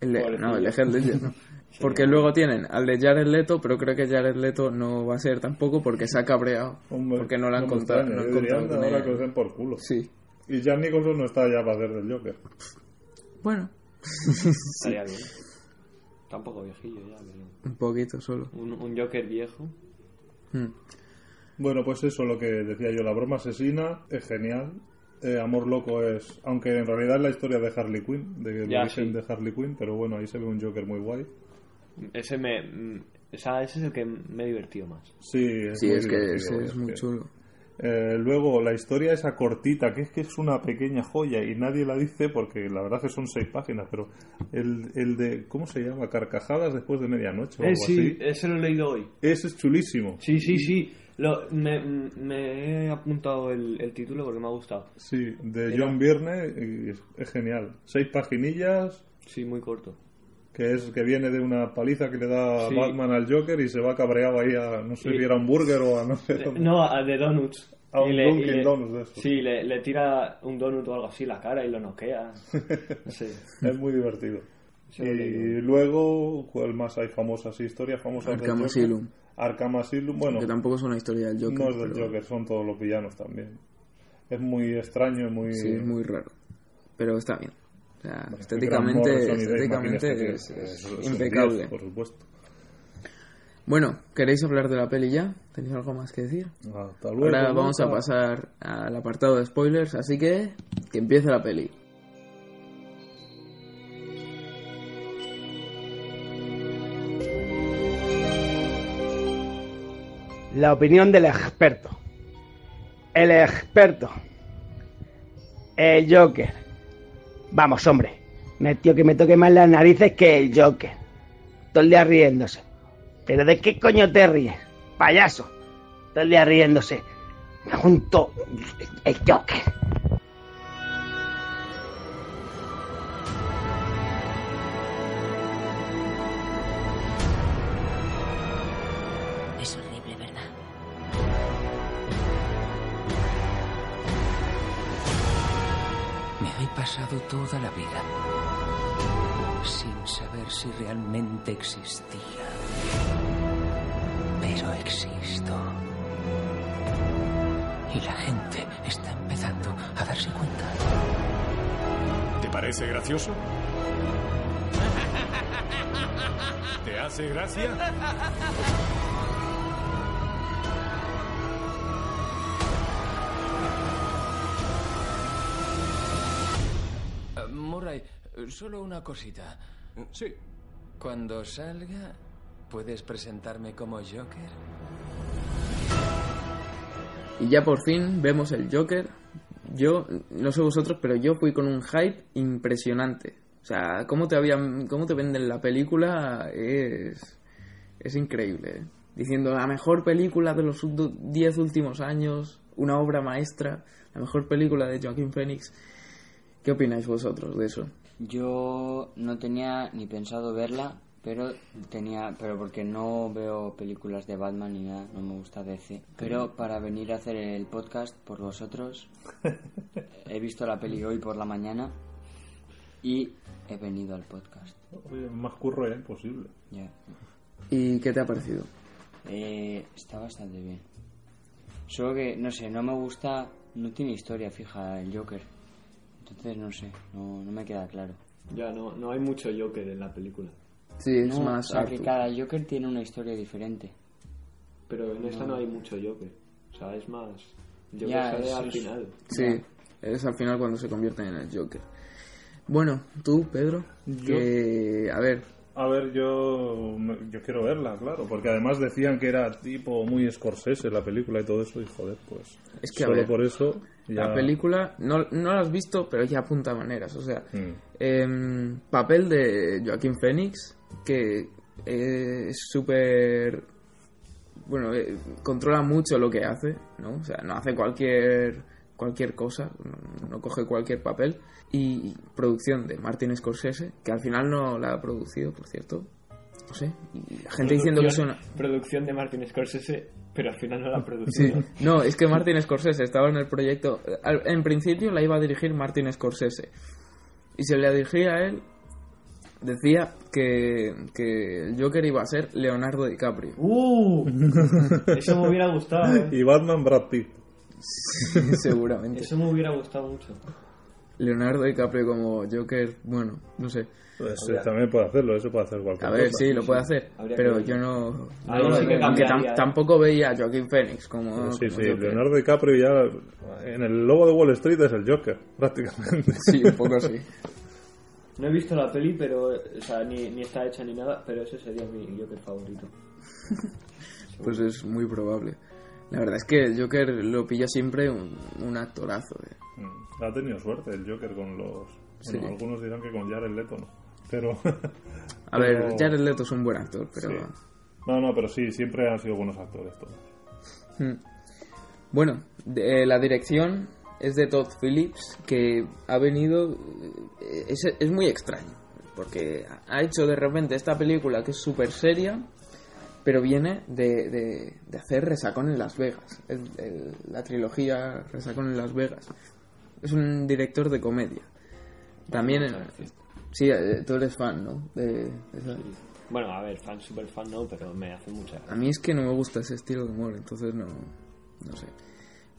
Speaker 1: El de-
Speaker 4: Pobrecillo.
Speaker 1: no, el de Heath Ledger, no. Porque luego tienen al de Jared Leto, pero creo que Jared Leto no va a ser tampoco porque se ha cabreado.
Speaker 3: Hombre,
Speaker 1: porque no lo han
Speaker 3: me
Speaker 1: contado.
Speaker 3: extraña,
Speaker 1: no han
Speaker 3: yo diría,
Speaker 1: contado con
Speaker 3: ahora
Speaker 1: él.
Speaker 3: que lo den por culo.
Speaker 1: Sí.
Speaker 3: Y Jack Nicholson no está ya para hacer del Joker.
Speaker 1: Bueno,
Speaker 4: Estaría bien. Tampoco viejillo ya, pero...
Speaker 1: un poquito solo.
Speaker 4: Un, un Joker viejo.
Speaker 1: Mm.
Speaker 3: Bueno, pues eso lo que decía yo. La broma asesina es genial. Eh, Amor loco es... Aunque en realidad es la historia de Harley Quinn. De
Speaker 4: Ya,
Speaker 3: la origen
Speaker 4: sí.
Speaker 3: de Harley Quinn. Pero bueno, ahí se ve un Joker muy guay.
Speaker 4: Ese me... mm, o sea, ese es el que me he divertido más.
Speaker 3: Sí, es
Speaker 1: Sí,
Speaker 3: muy
Speaker 1: es que
Speaker 3: divertido,
Speaker 1: ese es muy
Speaker 3: que-
Speaker 1: chulo.
Speaker 3: Eh, luego, la historia esa cortita, que es que es una pequeña joya y nadie la dice porque la verdad que son seis páginas, pero el, el de, ¿cómo se llama? Carcajadas después de medianoche o
Speaker 4: Eh,
Speaker 3: algo
Speaker 4: sí,
Speaker 3: así.
Speaker 4: ese lo he leído hoy.
Speaker 3: Ese es chulísimo.
Speaker 4: Sí, sí, sí. Lo, me, me he apuntado el, el título porque me ha gustado.
Speaker 3: Sí, de
Speaker 4: Era-
Speaker 3: John Byrne y es, es genial. Seis paginillas,
Speaker 4: Sí, muy corto.
Speaker 3: que es que viene de una paliza que le da
Speaker 4: Sí.
Speaker 3: Batman al Joker y se va cabreado ahí a, no sé,
Speaker 4: Sí.
Speaker 3: si era un burger o a no sé
Speaker 4: Eh,
Speaker 3: dónde.
Speaker 4: No, a de Donuts.
Speaker 3: A
Speaker 4: Y
Speaker 3: Ah, un
Speaker 4: le- y
Speaker 3: Dunkin'
Speaker 4: le-
Speaker 3: Donuts de esos.
Speaker 4: Sí, le, le tira un donut o algo así en la cara y lo noquea. Sí.
Speaker 3: Es muy divertido.
Speaker 4: Sí,
Speaker 3: y
Speaker 4: lo digo.
Speaker 3: luego, ¿cuál más hay famosas historias? Famosas del
Speaker 1: Arkham
Speaker 3: Joker?
Speaker 1: Asylum.
Speaker 3: Arkham Asylum, bueno,
Speaker 1: que tampoco es una historia del Joker.
Speaker 3: no es del
Speaker 1: pero
Speaker 3: Joker, son todos los villanos también. Es muy extraño, muy...
Speaker 1: Sí, es muy raro. Pero está bien. O sea,
Speaker 3: Grant
Speaker 1: estéticamente,
Speaker 3: Morrison y Dave
Speaker 1: estéticamente
Speaker 3: McKinney,
Speaker 1: es,
Speaker 3: que
Speaker 1: es
Speaker 3: un
Speaker 1: impecable.
Speaker 3: 10, por supuesto.
Speaker 1: Bueno, ¿queréis hablar de la peli ya? ¿Tenéis algo más que decir?
Speaker 3: Hasta luego.
Speaker 1: Ahora vamos a
Speaker 3: Luca.
Speaker 1: pasar al apartado de spoilers, así que que empiece la peli.
Speaker 5: La opinión del experto. El experto. El Joker. Vamos, hombre. Me, tío, que me toque más las narices que el Joker. Todo el día riéndose. ¿Pero de qué coño te ríes? Payaso. Todo el día riéndose. Junto el Joker.
Speaker 6: Es horrible, ¿verdad?
Speaker 7: Me he pasado toda la vida sin saber si realmente existía. Pero existo. Y la gente está empezando a darse cuenta.
Speaker 8: ¿Te parece gracioso? ¿Te hace gracia?
Speaker 7: Eh, Murray, eh, solo una cosita.
Speaker 8: Sí.
Speaker 7: Cuando salga, ¿puedes presentarme como Joker?
Speaker 1: Y ya por fin vemos el Joker. Yo, no sé vosotros, pero yo fui con un hype impresionante. O sea, cómo te, habían, cómo te venden la película es, es increíble. ¿eh? Diciendo la mejor película de los ú- 10 últimos años, una obra maestra, la mejor película de Joaquín Phoenix. ¿Qué opináis vosotros de eso?
Speaker 2: Yo no tenía ni pensado verla, pero tenía, pero porque no veo películas de Batman ni nada, no me gusta DC. Pero para venir a hacer el podcast por vosotros, he visto la peli hoy por la mañana y he venido al podcast.
Speaker 3: Oye, más curro es imposible.
Speaker 2: Ya.
Speaker 1: ¿Y qué te ha parecido?
Speaker 2: Eh, está bastante bien. Solo que, no sé, no me gusta, no tiene historia fija el Joker. Entonces, no sé, no, no me queda claro.
Speaker 4: Ya, no, no hay mucho Joker en la película.
Speaker 1: Sí, es
Speaker 2: No,
Speaker 1: más
Speaker 2: o sea, que
Speaker 1: Arthur.
Speaker 2: cada Joker tiene una historia diferente.
Speaker 4: Pero en esta no hay mucho Joker. O sea, es más. Joker
Speaker 2: Ya,
Speaker 4: sale
Speaker 2: eso
Speaker 4: al
Speaker 2: es-
Speaker 4: final.
Speaker 1: Sí, es al final cuando se convierten en el Joker. Bueno, tú, Pedro,
Speaker 3: Yo-
Speaker 1: que- a ver,
Speaker 3: A ver, yo, me- yo quiero verla, claro, porque además decían que era tipo muy Scorsese la película y todo eso, y joder, pues
Speaker 1: Es que, a
Speaker 3: solo
Speaker 1: ver,
Speaker 3: por eso ya...
Speaker 1: la película no, no la has visto, pero ya apunta maneras. O sea,
Speaker 3: Mm.
Speaker 1: em, papel de Joaquín Phoenix, que eh, es súper... Bueno, eh, controla mucho lo que hace, ¿no? O sea, no hace cualquier cualquier cosa, no, no coge cualquier papel. Y producción de Martin Scorsese, que al final no la ha producido, por cierto. No sé, y la gente diciendo que es
Speaker 4: Producción-
Speaker 1: una...
Speaker 4: Producción de Martin Scorsese, pero al final no la ha
Speaker 1: Sí,
Speaker 4: producido.
Speaker 1: no, es que Martin Scorsese estaba en el proyecto. al- En principio la iba a dirigir Martin Scorsese. Y se le dirigía a él. Decía que, que el Joker iba a ser Leonardo DiCaprio.
Speaker 4: ¡Uh! Eso me hubiera gustado, ¿eh?
Speaker 3: Y Batman Brad Pitt.
Speaker 1: Seguramente.
Speaker 4: Eso me hubiera gustado mucho.
Speaker 1: Leonardo DiCaprio como Joker, bueno, no sé.
Speaker 3: Pues, eh, también puede hacerlo, eso puede hacer cualquier
Speaker 1: A ver,
Speaker 3: cosa.
Speaker 1: sí, lo puede hacer.
Speaker 4: Habría
Speaker 1: Pero
Speaker 4: que-
Speaker 1: yo no.
Speaker 4: Ahí
Speaker 1: no lo
Speaker 4: sí que
Speaker 1: veo. Aunque tam-
Speaker 4: cambiaría, ¿eh?
Speaker 1: tampoco veía a Joaquín Phoenix como. como
Speaker 3: Sí, sí,
Speaker 1: Joker.
Speaker 3: Leonardo DiCaprio ya en el lobo de Wall Street es el Joker, prácticamente.
Speaker 1: Sí, un poco sí.
Speaker 4: No he visto la peli, pero. O sea, ni, ni está hecha ni nada, pero ese sería mi Joker favorito.
Speaker 1: Pues es muy probable. La verdad es que el Joker lo pilla siempre un, un actorazo. eh.
Speaker 3: Mm, Ha tenido suerte el Joker con los...
Speaker 1: Sí.
Speaker 3: Bueno, algunos dirán que con Jared Leto no, pero...
Speaker 1: A ver,
Speaker 3: pero-
Speaker 1: Jared Leto es un buen actor, pero...
Speaker 3: sí. No, no, pero sí, siempre han sido buenos actores todos.
Speaker 1: Mm. Bueno, de- eh, la dirección es de Todd Phillips, que ha venido... eh, Es, es muy extraño, porque ha hecho de repente esta película que es súper seria, pero viene de, de- de hacer Resacón en Las Vegas, el- el- la trilogía Resacón en Las Vegas. Es un director de comedia. También... en- sí, eh, tú eres fan, ¿no? De- de esa-
Speaker 4: Bueno, a ver, fan, super fan no, pero me hace mucha.
Speaker 1: A mí es que no me gusta ese estilo de humor, entonces no, no sé.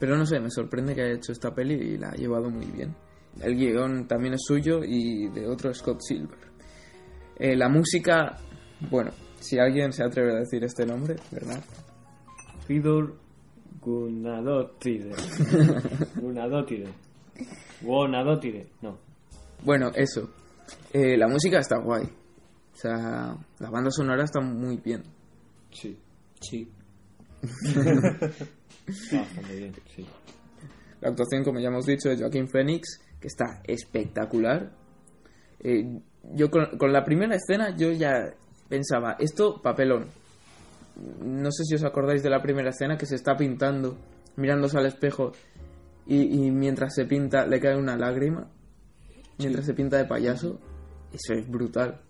Speaker 1: Pero no sé, me sorprende que haya hecho esta peli y la ha llevado muy bien. El guión también es suyo y de otro Scott Silver. Eh, la música, bueno, si alguien se atreve a decir este nombre, ¿verdad?
Speaker 4: Fidor Gunadotide. Gunadotide. Gonadotide. No.
Speaker 1: Bueno, eso. Eh, la música está guay. O sea, la banda sonora está muy bien.
Speaker 4: Sí.
Speaker 2: Sí.
Speaker 4: Está bastante bien, sí.
Speaker 1: La actuación, como ya hemos dicho, de Joaquín Phoenix, que está espectacular. eh, yo con, con la primera escena yo ya pensaba, esto papelón. No sé si os acordáis de la primera escena que se está pintando, mirándose al espejo y, y mientras se pinta le cae una lágrima, mientras se pinta de payaso. Eso es brutal.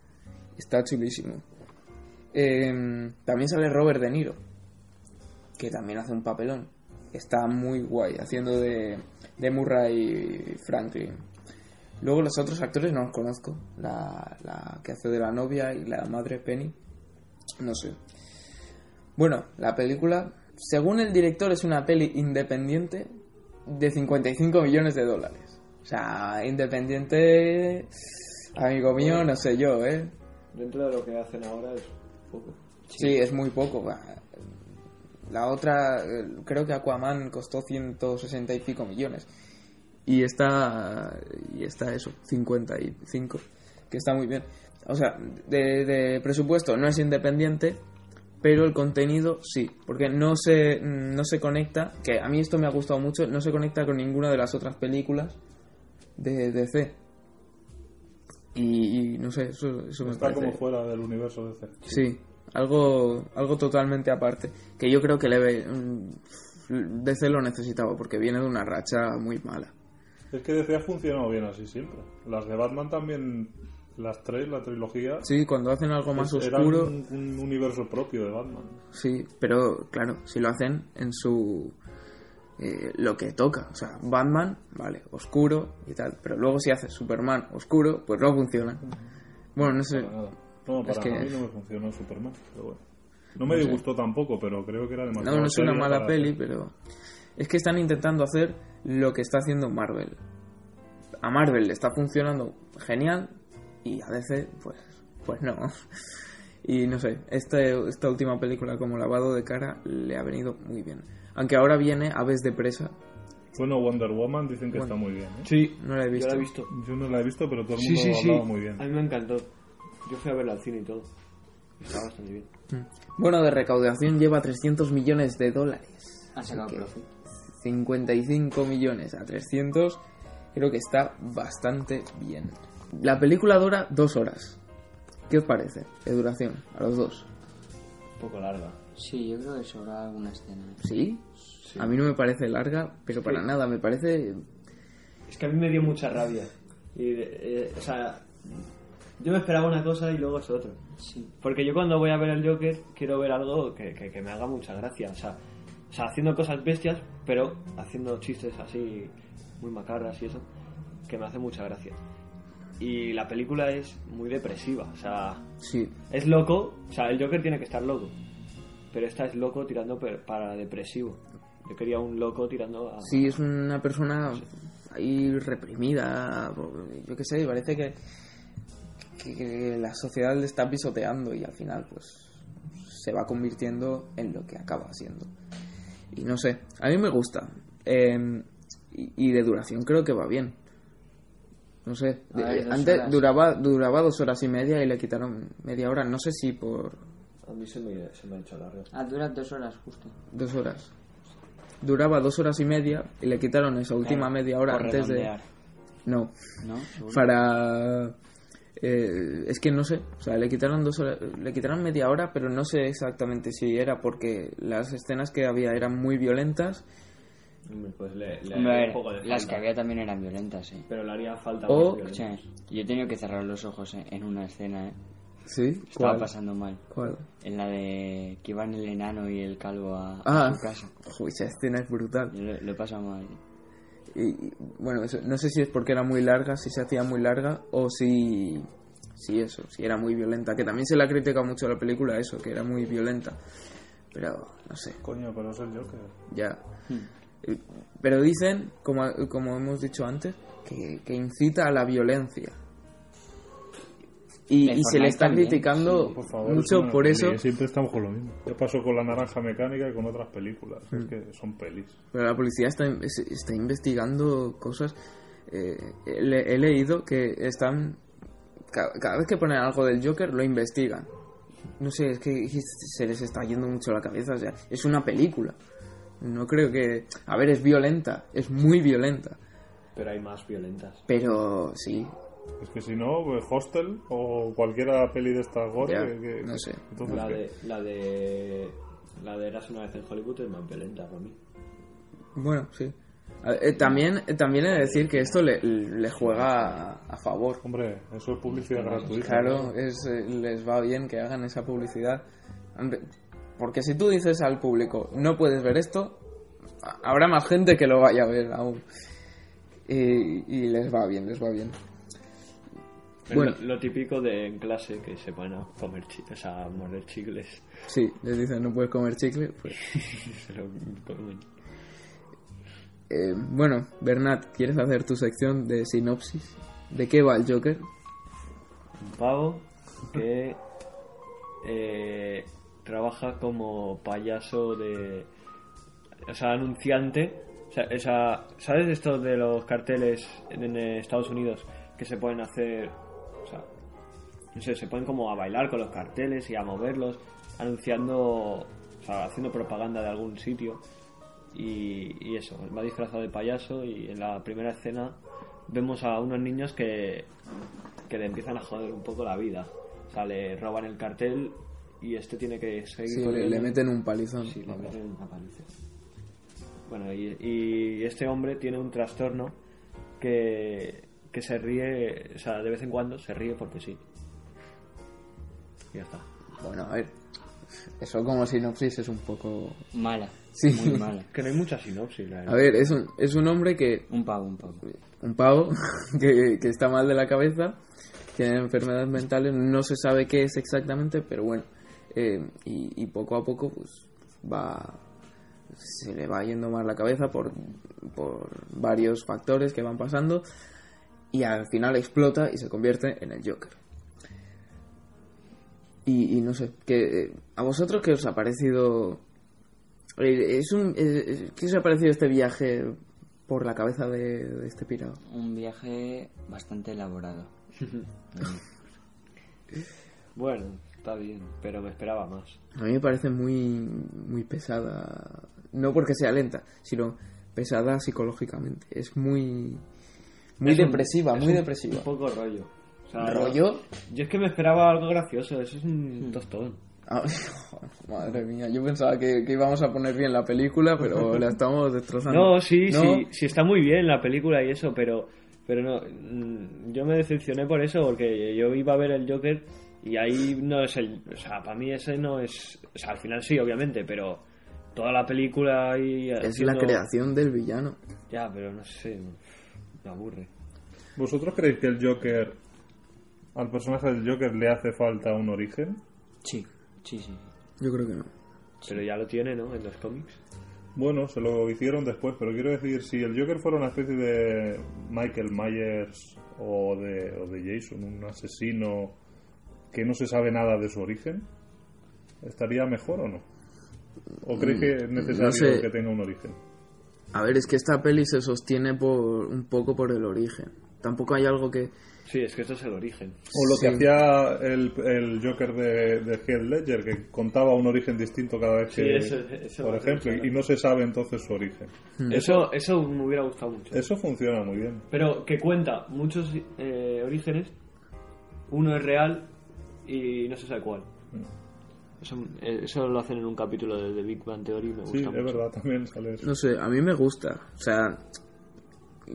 Speaker 1: Está chulísimo. Eh, también sale Robert De Niro, que también hace un papelón. Está muy guay, haciendo de, de Murray Franklin. Luego los otros actores no los conozco. La, la que hace de la novia y la madre Penny. No sé. Bueno, la película, según el director, es una peli independiente de 55 millones de dólares. O sea, independiente, amigo mío, no sé yo, ¿eh?
Speaker 4: Dentro de lo que hacen ahora es poco.
Speaker 1: Sí, es muy poco. va. La otra, eh, creo que Aquaman costó 160 y pico millones. Y está, y está eso, 55, que está muy bien. O sea, de, de presupuesto no es independiente, pero el contenido sí, porque no se, no se conecta, que a mí esto me ha gustado mucho, no se conecta con ninguna de las otras películas de DC. Y, y no sé, eso, eso me
Speaker 3: Está
Speaker 1: parece-
Speaker 3: como fuera del universo de DC.
Speaker 1: Sí, algo, algo totalmente aparte. Que yo creo que le DC lo necesitaba porque viene de una racha muy mala.
Speaker 3: Es que DC ha funcionado bien así siempre. Las de Batman también, las tres, la trilogía,
Speaker 1: Sí, cuando hacen algo más
Speaker 3: es- Pues era
Speaker 1: oscuro,
Speaker 3: un, un universo propio de Batman.
Speaker 1: sí, pero claro, si lo hacen en su. eh, lo que toca. O sea, Batman, vale, oscuro y tal. Pero luego si haces Superman oscuro, pues no funciona. Bueno, no sé.
Speaker 3: Para nada. No, para
Speaker 1: Es que-
Speaker 3: mí no me funcionó Superman, pero bueno. No me
Speaker 1: No sé.
Speaker 3: disgustó tampoco, pero creo que era demasiado.
Speaker 1: No, no es una
Speaker 3: seria
Speaker 1: mala
Speaker 3: para-
Speaker 1: peli, pero es que están intentando hacer lo que está haciendo Marvel. A Marvel le está funcionando genial y a veces, pues, pues no. Y no sé, este- esta última película como lavado de cara le ha venido muy bien. Aunque ahora viene Aves de Presa,
Speaker 3: Bueno, Wonder Woman dicen que
Speaker 1: Bueno.
Speaker 3: está muy bien. ¿eh?
Speaker 4: Sí,
Speaker 1: no la he
Speaker 4: yo
Speaker 1: visto.
Speaker 4: la he visto.
Speaker 3: Yo no la he visto, pero todo el
Speaker 4: Sí,
Speaker 3: mundo
Speaker 4: sí,
Speaker 3: ha
Speaker 4: sí.
Speaker 3: hablado muy
Speaker 4: A
Speaker 3: bien.
Speaker 4: mí me encantó. Yo fui a verla al cine y todo. Está bastante bien.
Speaker 1: Bueno, de recaudación lleva 300 millones de dólares.
Speaker 2: Han sacado
Speaker 1: que-
Speaker 2: profit.
Speaker 1: 55 millones a 300, creo que está bastante bien. La película dura dos horas. ¿Qué os parece de duración a los dos?
Speaker 4: Un poco larga.
Speaker 2: Sí, yo creo que sobra alguna escena.
Speaker 1: ¿Sí? A mí no me parece larga, pero para nada, me parece...
Speaker 4: Es que a mí me dio mucha rabia. Y, eh, o sea, yo me esperaba una cosa y luego es otra.
Speaker 2: Sí.
Speaker 4: Porque yo cuando voy a ver el Joker quiero ver algo que, que- que me haga mucha gracia. O sea, o sea, haciendo cosas bestias, pero haciendo chistes así muy macarras y eso, que me hace mucha gracia. Y la película es muy depresiva. O sea,
Speaker 1: Sí,
Speaker 4: es loco. O sea, el Joker tiene que estar loco. Pero esta es loco tirando per- para depresivo. Yo quería un loco tirando a...
Speaker 1: sí, es una persona ahí reprimida, yo qué sé, parece que, que- que la sociedad le está pisoteando y al final pues se va convirtiendo en lo que acaba siendo. Y no sé, a mí me gusta. Eh, y, y de duración creo que va bien. No sé,
Speaker 2: A ver,
Speaker 1: eh,
Speaker 2: dos
Speaker 1: antes
Speaker 2: horas.
Speaker 1: duraba duraba dos horas y media y le quitaron media hora, no sé si por
Speaker 4: A mí se me, se me ha hecho largo.
Speaker 2: Ah, dura dos horas justo.
Speaker 1: dos horas. Duraba dos horas y media y le quitaron esa última media hora
Speaker 2: Eh, Por
Speaker 1: antes de...
Speaker 2: redondear,
Speaker 1: No,
Speaker 2: ¿No? Seguro.
Speaker 1: para eh, es que no sé o sea le quitaron dos horas- le quitaron media hora pero no sé exactamente si era porque las escenas que había eran muy violentas
Speaker 4: Pues le,
Speaker 2: Hombre, a ver, las que había también eran violentas, eh.
Speaker 4: Pero le haría falta
Speaker 1: O-
Speaker 4: más violencia.
Speaker 2: Escucha, yo he tenido que cerrar los ojos eh, en una escena, eh.
Speaker 1: sí
Speaker 2: Estaba
Speaker 1: cuál
Speaker 2: pasando mal.
Speaker 1: cuál
Speaker 2: En la de que iban el enano y el calvo a, a
Speaker 1: ah
Speaker 2: su casa.
Speaker 1: uy, esa escena es brutal
Speaker 2: Yo lo, lo he pasado mal.
Speaker 1: y, y, bueno eso- no sé si es porque era muy larga si se hacía muy larga o si si eso si era muy violenta que también se la critica mucho a la película eso que era muy violenta pero no sé
Speaker 3: Coño, pero es el Joker.
Speaker 1: Ya.
Speaker 3: Hmm.
Speaker 1: Eh, Pero dicen, como, como hemos dicho antes, que, que incita a la violencia. Y,
Speaker 2: El
Speaker 1: y se le
Speaker 2: Fortnite
Speaker 1: está
Speaker 2: también,
Speaker 1: criticando
Speaker 3: Por favor, es
Speaker 1: mucho
Speaker 3: una
Speaker 1: por
Speaker 3: peli,
Speaker 1: eso,
Speaker 3: eh, Siempre estamos con lo mismo. ¿Qué pasó con la naranja mecánica y con otras películas? Es que son pelis.
Speaker 1: pero la policía está, in- es- está investigando cosas. Eh, le- he leído que están... ca- Cada vez que ponen algo del Joker, lo investigan. No sé, es que se les está yendo mucho la cabeza. O sea, es una película. No creo que... A ver, es violenta. Es muy violenta.
Speaker 4: Pero hay más violentas.
Speaker 1: Pero sí,
Speaker 3: Es que si no, pues, Hostel o cualquiera peli de Star Wars.
Speaker 1: Ya,
Speaker 3: que- que-
Speaker 1: no sé.
Speaker 3: Entonces,
Speaker 9: La
Speaker 3: ¿qué?
Speaker 9: de, la de. La de Eras una vez en Hollywood es más violenta para mí.
Speaker 1: Bueno, sí. A- eh, también, eh, también he de decir que esto le, le juega a, a favor.
Speaker 3: Hombre, eso es publicidad gratuita.
Speaker 1: Claro, es, eh, les va bien que hagan esa publicidad. Hombre, Porque si tú dices al público, no puedes ver esto, a- habrá más gente que lo vaya a ver aún. Y, y les va bien, les va bien. Bueno.
Speaker 9: Lo, lo típico de en clase que se van a comer chicles, a morder chicles.
Speaker 1: Sí, les dicen, no puedes comer chicle. Pues,
Speaker 9: se lo comen.
Speaker 1: eh, bueno, Bernat, ¿quieres hacer tu sección de sinopsis? ¿De qué va el Joker?
Speaker 4: Un pavo que eh, trabaja como payaso de. O sea, anunciante. O sea, esa- ¿Sabes esto de los carteles en, en Estados Unidos que se pueden hacer. O sea, no sé, se pueden como a bailar con los carteles y a moverlos, anunciando. O sea, haciendo propaganda de algún sitio. Y, y eso, va disfrazado de payaso y en la primera escena vemos a unos niños que, que le empiezan a joder un poco la vida. O sea, le roban el cartel y este tiene que seguir.
Speaker 1: Sí, le,
Speaker 4: corriendo.
Speaker 1: le meten un palizón.
Speaker 4: Sí, le meten una paliza. Bueno, y, y este hombre tiene un trastorno que, que se ríe, o sea, de vez en cuando se ríe porque sí. Y ya está.
Speaker 1: Bueno, a ver. Eso como sinopsis es un poco...
Speaker 2: Mala.
Speaker 1: Sí.
Speaker 2: Muy mala.
Speaker 4: Que no hay mucha sinopsis, la
Speaker 1: A
Speaker 4: verdad.
Speaker 1: ver, es un, es un hombre que...
Speaker 2: Un pavo, un pavo.
Speaker 1: Un pavo que, que está mal de la cabeza, tiene enfermedades mentales, no se sabe qué es exactamente, pero bueno. eh, y, y poco a poco pues va... Se le va yendo mal la cabeza por, por varios factores que van pasando y al final explota y se convierte en el Joker. Y, y no sé, que eh, ¿a vosotros qué os ha parecido? Eh, Es un, eh, ¿Qué os ha parecido este viaje por la cabeza de, de este pirado?
Speaker 2: Un viaje bastante elaborado.
Speaker 4: Bueno, está bien, pero me esperaba más.
Speaker 1: A mí me parece muy, muy pesada, no porque sea lenta, sino pesada psicológicamente. Es muy, muy
Speaker 4: Es un-
Speaker 1: depresiva,
Speaker 4: es
Speaker 1: muy
Speaker 4: un-
Speaker 1: depresiva.
Speaker 4: Un poco rollo. O sea,
Speaker 1: ¿Rollo?
Speaker 4: Yo es que me esperaba algo gracioso, eso es un tostón.
Speaker 1: Ah, Madre mía, yo pensaba que, que íbamos a poner bien la película, pero la estamos destrozando.
Speaker 4: No, sí,
Speaker 1: No,
Speaker 4: sí, sí está muy bien la película y eso, pero pero no mm, yo me decepcioné por eso porque yo iba a ver el Joker y ahí no es el, o sea, para mí ese no es, o sea, al final sí, obviamente, pero toda la película ahí
Speaker 1: Es
Speaker 4: haciendo-
Speaker 1: la creación del villano.
Speaker 4: Ya, pero no sé, me aburre.
Speaker 3: ¿Vosotros creéis que el Joker, al personaje del Joker, le hace falta un origen?
Speaker 2: Sí, sí, sí.
Speaker 1: Yo creo que no.
Speaker 4: Pero ya lo tiene, ¿no? En los cómics.
Speaker 3: Bueno, se lo hicieron después, pero quiero decir, si el Joker fuera una especie de Michael Myers o de, o de Jason, un asesino que no se sabe nada de su origen, ¿estaría mejor o no? ¿O crees que es necesario
Speaker 1: sé.
Speaker 3: que tenga un origen?
Speaker 1: A ver, es que esta peli se sostiene por un poco por el origen. Tampoco hay algo que...
Speaker 4: Sí, es que esto es el origen.
Speaker 3: O lo que
Speaker 1: Sí.
Speaker 3: hacía el, el Joker de, de Heath Ledger, que contaba un origen distinto cada vez
Speaker 4: Sí,
Speaker 3: que...
Speaker 4: eso- eso
Speaker 3: por
Speaker 4: me
Speaker 3: ejemplo,
Speaker 4: funciona.
Speaker 3: y no se sabe entonces su origen.
Speaker 1: Hmm.
Speaker 4: Eso eso me hubiera gustado mucho.
Speaker 3: Eso funciona muy bien.
Speaker 4: Pero que cuenta muchos eh, orígenes, uno es real y no se sabe cuál. Eso, eh, eso lo hacen en un capítulo de The Big Bang Theory y me gusta
Speaker 3: Sí, es
Speaker 4: mucho.
Speaker 3: verdad, también sale eso.
Speaker 1: No sé, a mí me gusta. O sea,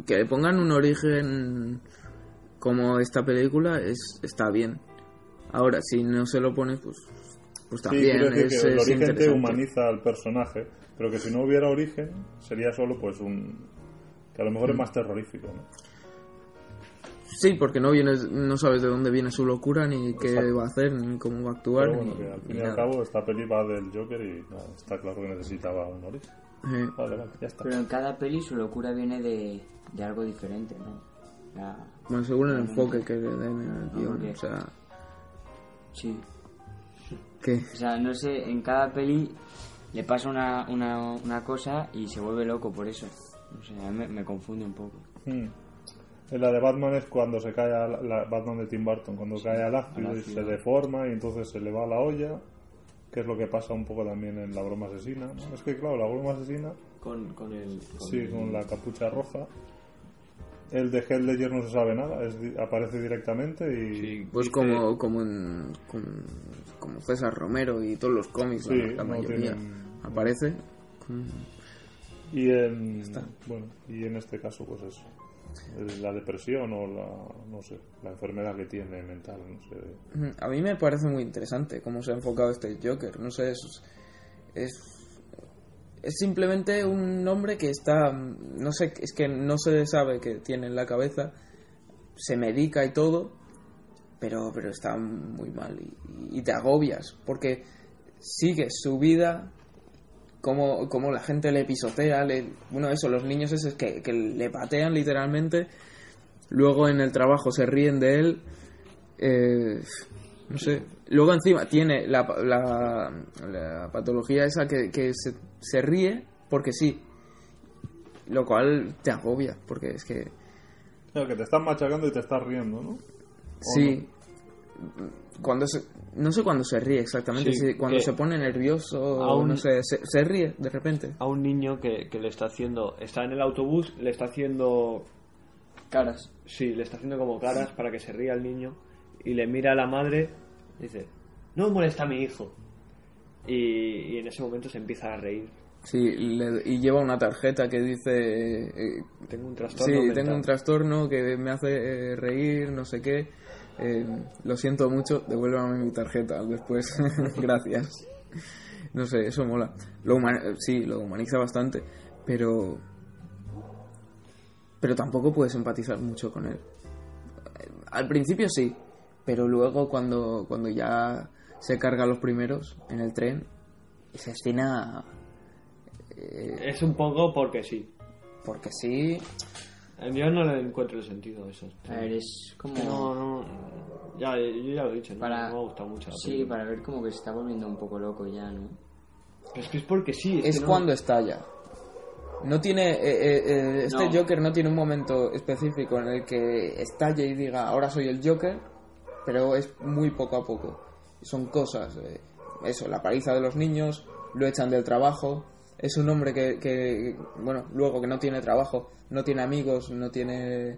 Speaker 1: que le pongan un origen como esta película es está bien. Ahora, si no se lo pones, pues, pues
Speaker 3: Sí,
Speaker 1: también
Speaker 3: quiero decir
Speaker 1: es,
Speaker 3: que el
Speaker 1: es
Speaker 3: origen te
Speaker 1: interesante.
Speaker 3: humaniza al personaje, pero que si no hubiera origen, sería solo pues un... que a lo mejor es más terrorífico, ¿no?
Speaker 1: Sí, porque no vienes, no sabes de dónde viene su locura, ni qué
Speaker 3: Exacto.
Speaker 1: va a hacer, ni cómo va a actuar.
Speaker 3: Pero bueno,
Speaker 1: ni-
Speaker 3: que al fin
Speaker 1: ni
Speaker 3: y
Speaker 1: nada.
Speaker 3: al cabo esta peli va del Joker y nada, está claro que necesitaba un origen.
Speaker 1: Eh,
Speaker 3: Vale, vale, ya está.
Speaker 2: Pero en cada peli su locura viene de, de algo diferente, ¿no? La-
Speaker 1: bueno, según el enfoque que le den en el guión,
Speaker 2: ok.
Speaker 1: o sea,
Speaker 2: Sí.
Speaker 1: que
Speaker 2: O sea, no sé, en cada peli le pasa una, una, una cosa y se vuelve loco por eso. No sé, a mí me, me confunde un poco.
Speaker 3: Mm. En la de Batman es cuando se cae al- la Batman de Tim Burton, cuando cae al ácido
Speaker 2: al
Speaker 3: y se
Speaker 2: ácido.
Speaker 3: deforma y entonces se le va la olla, que es lo que pasa un poco también en la broma asesina. ¿no? Es que claro, la broma asesina
Speaker 9: Con, con el. con
Speaker 3: Sí,
Speaker 9: el-
Speaker 3: con la capucha roja. El de Heath Ledger no se sabe nada, es di- aparece directamente y...
Speaker 9: Sí,
Speaker 1: Pues
Speaker 9: dice-
Speaker 1: como, como, en, como, como César Romero y todos los cómics,
Speaker 3: Sí,
Speaker 1: la, la
Speaker 3: no
Speaker 1: mayoría.
Speaker 3: tienen-
Speaker 1: Aparece. con-
Speaker 3: Y en,
Speaker 1: está.
Speaker 3: bueno, y en este caso, pues eso. El- La depresión o la, no sé, la enfermedad que tiene mental, no sé.
Speaker 1: A mí me parece muy interesante cómo se ha enfocado este Joker. No sé, es. Es, es simplemente un hombre que está. No sé, es que no se sabe qué tiene en la cabeza. Se medica y todo. Pero, pero está muy mal y, y te agobias porque sigues su vida. Como, como la gente le pisotea, le, bueno, eso, los niños esos que, que le patean literalmente, luego en el trabajo se ríen de él, eh, no sé. Luego encima tiene la, pa- la, la patología esa que, que se, se ríe porque sí. Lo cual te agobia, porque es que...
Speaker 3: Claro, que te estás machacando y te estás riendo, ¿no?
Speaker 1: Sí. Cuando se, no sé cuándo se ríe exactamente,
Speaker 9: Sí,
Speaker 1: si cuando
Speaker 9: que-
Speaker 1: se pone nervioso,
Speaker 4: Aún-
Speaker 1: no sé, se, se ríe de repente.
Speaker 4: a un niño que, que le está haciendo, está en el autobús, le está haciendo,
Speaker 2: Caras.
Speaker 4: sí, le está haciendo como caras para que se ría el niño y le mira a la madre, dice, no molesta a mi hijo. Y, y en ese momento se empieza a reír.
Speaker 1: Sí, le- y lleva una tarjeta que dice eh,
Speaker 4: Tengo un
Speaker 1: Sí,
Speaker 4: trastorno. mental.
Speaker 1: tengo un trastorno que me hace eh, reír, no sé qué. Eh, lo siento mucho, devuélvame mi tarjeta después. Gracias. No sé, eso mola. Lo huma- sí, lo humaniza bastante, pero. Pero tampoco puedes empatizar mucho con él. Eh, Al principio sí, pero luego cuando, cuando ya se carga a los primeros en el tren, esa escena. eh,
Speaker 4: Es un poco porque sí.
Speaker 1: porque sí,
Speaker 4: Eh, Yo no le encuentro el sentido a eso.
Speaker 2: A ver, es como...
Speaker 4: No, no. Ya, yo ya lo he dicho, no,
Speaker 2: Para-
Speaker 4: no me ha gustado mucho. la
Speaker 2: Sí,
Speaker 4: película.
Speaker 2: para ver como que se está volviendo un poco loco ya, ¿no?
Speaker 4: Pero es que es porque sí.
Speaker 1: es
Speaker 4: que no-
Speaker 1: cuando estalla. No tiene. eh, eh, eh, este
Speaker 2: No.
Speaker 1: Joker no tiene un momento específico en el que estalle y diga ahora soy el Joker, pero es muy poco a poco. Son cosas. eh, eso, la paliza de los niños, lo echan del trabajo. Es un hombre que, que, bueno, luego que no tiene trabajo, no tiene amigos, no tiene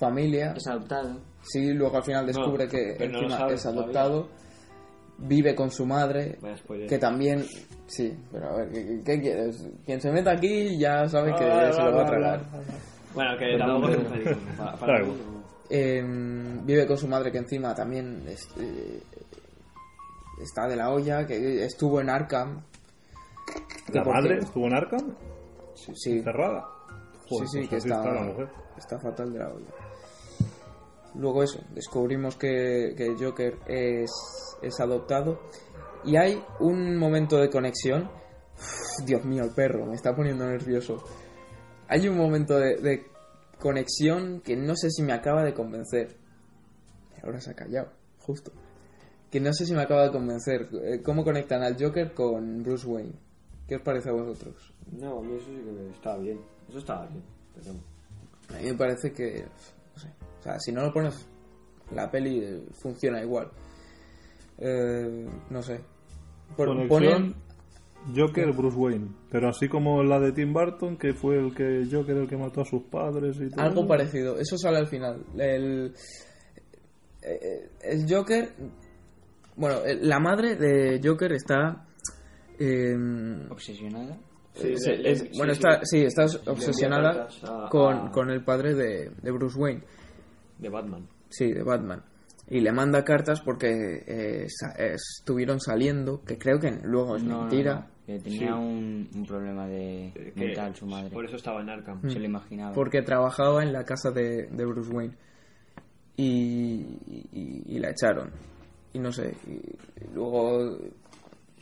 Speaker 1: familia.
Speaker 2: Es adoptado.
Speaker 1: Sí, luego al final descubre
Speaker 4: No,
Speaker 1: que
Speaker 4: pero no lo
Speaker 1: encima
Speaker 4: sabe
Speaker 1: es
Speaker 4: todavía. Pues,
Speaker 1: adoptado, vive con su madre,
Speaker 4: Vaya spoiler.
Speaker 1: que también, sí, pero a ver, ¿qué, qué quieres? Quien se meta aquí ya sabe que
Speaker 4: Ah,
Speaker 1: se
Speaker 4: bla,
Speaker 1: lo va a
Speaker 4: bla, bla,
Speaker 1: tragar.
Speaker 4: Bueno, que tampoco es un película. Para, para
Speaker 3: Claro.
Speaker 4: mí no.
Speaker 1: Eh, vive con su madre que encima también es- eh, está de la olla, que estuvo en Arkham. que
Speaker 3: La
Speaker 1: por
Speaker 3: madre
Speaker 1: cierto-
Speaker 3: estuvo en Arkham,
Speaker 1: Sí, sí,
Speaker 3: cerrada.
Speaker 1: sí,
Speaker 3: Joder,
Speaker 1: sí,
Speaker 3: pues
Speaker 1: que
Speaker 3: así
Speaker 1: está,
Speaker 3: la mujer.
Speaker 1: está fatal de la olla. Luego eso, descubrimos que, que Joker es, es adoptado y hay un momento de conexión. Uf, Dios mío, el perro, me está poniendo nervioso. Hay un momento de, de conexión que no sé si me acaba de convencer. Ahora se ha callado, justo. Que no sé si me acaba de convencer. Eh, ¿Cómo conectan al Joker con Bruce Wayne? ¿Qué os parece a vosotros?
Speaker 4: No, a mí eso sí que estaba bien. Eso estaba bien. Pero
Speaker 1: A mí me parece que. No sé. O sea, si no lo pones, la peli eh, funciona igual. Eh, no sé. Por-
Speaker 3: Conexión,
Speaker 1: ponen-
Speaker 3: Joker, Bruce Wayne. Pero así como la de Tim Burton, que fue el que Joker el que mató a sus padres y todo.
Speaker 1: algo parecido. Eso sale al final. El, eh, el Joker. Bueno, el- la madre de Joker está. em,
Speaker 2: Obsesionada.
Speaker 1: Eh,
Speaker 4: Sí, le-
Speaker 1: es-
Speaker 4: le-
Speaker 1: bueno,
Speaker 4: sí,
Speaker 1: está,
Speaker 4: sí. ah,
Speaker 1: sí, estás obsesionada
Speaker 4: cartas a-
Speaker 1: con,
Speaker 4: a-
Speaker 1: con el padre de, de Bruce Wayne,
Speaker 4: de Batman.
Speaker 1: sí, de Batman. Y le manda cartas porque eh, sa- estuvieron saliendo, que creo que luego es
Speaker 2: No, no,
Speaker 1: Pues mentira,
Speaker 2: no, Que tenía
Speaker 4: Sí.
Speaker 2: un, un problema de
Speaker 4: Que- pues,
Speaker 2: mental su madre.
Speaker 4: Por eso estaba en
Speaker 1: Mm.
Speaker 4: Arkham.
Speaker 2: Se lo imaginaba.
Speaker 1: porque trabajaba en la casa de, de Bruce Wayne. Y, y- y la echaron. Y no sé, y, y luego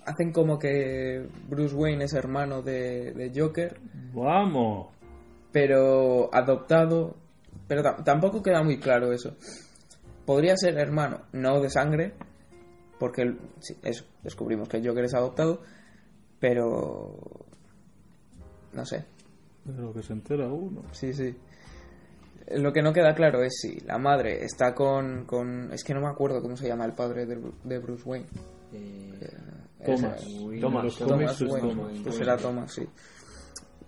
Speaker 1: hacen como que Bruce Wayne es hermano de- de Joker,
Speaker 3: ¡Vamos!
Speaker 1: pero adoptado. Pero tam- tampoco queda muy claro eso. Podría ser hermano, no de sangre, porque el- sí, eso, descubrimos que Joker es adoptado, pero. No sé,
Speaker 3: De lo que se entera uno.
Speaker 1: sí, sí. Lo que no queda claro es si la madre está con. con es que no me acuerdo cómo se llama el padre de, Bru- de Bruce Wayne.
Speaker 2: Eh,
Speaker 3: Thomas.
Speaker 1: Ese-
Speaker 2: Wayne,
Speaker 4: Thomas,
Speaker 3: Los
Speaker 1: Thomas
Speaker 3: cómics es
Speaker 1: Wayne,
Speaker 3: Thomas.
Speaker 1: pues era Thomas, sí.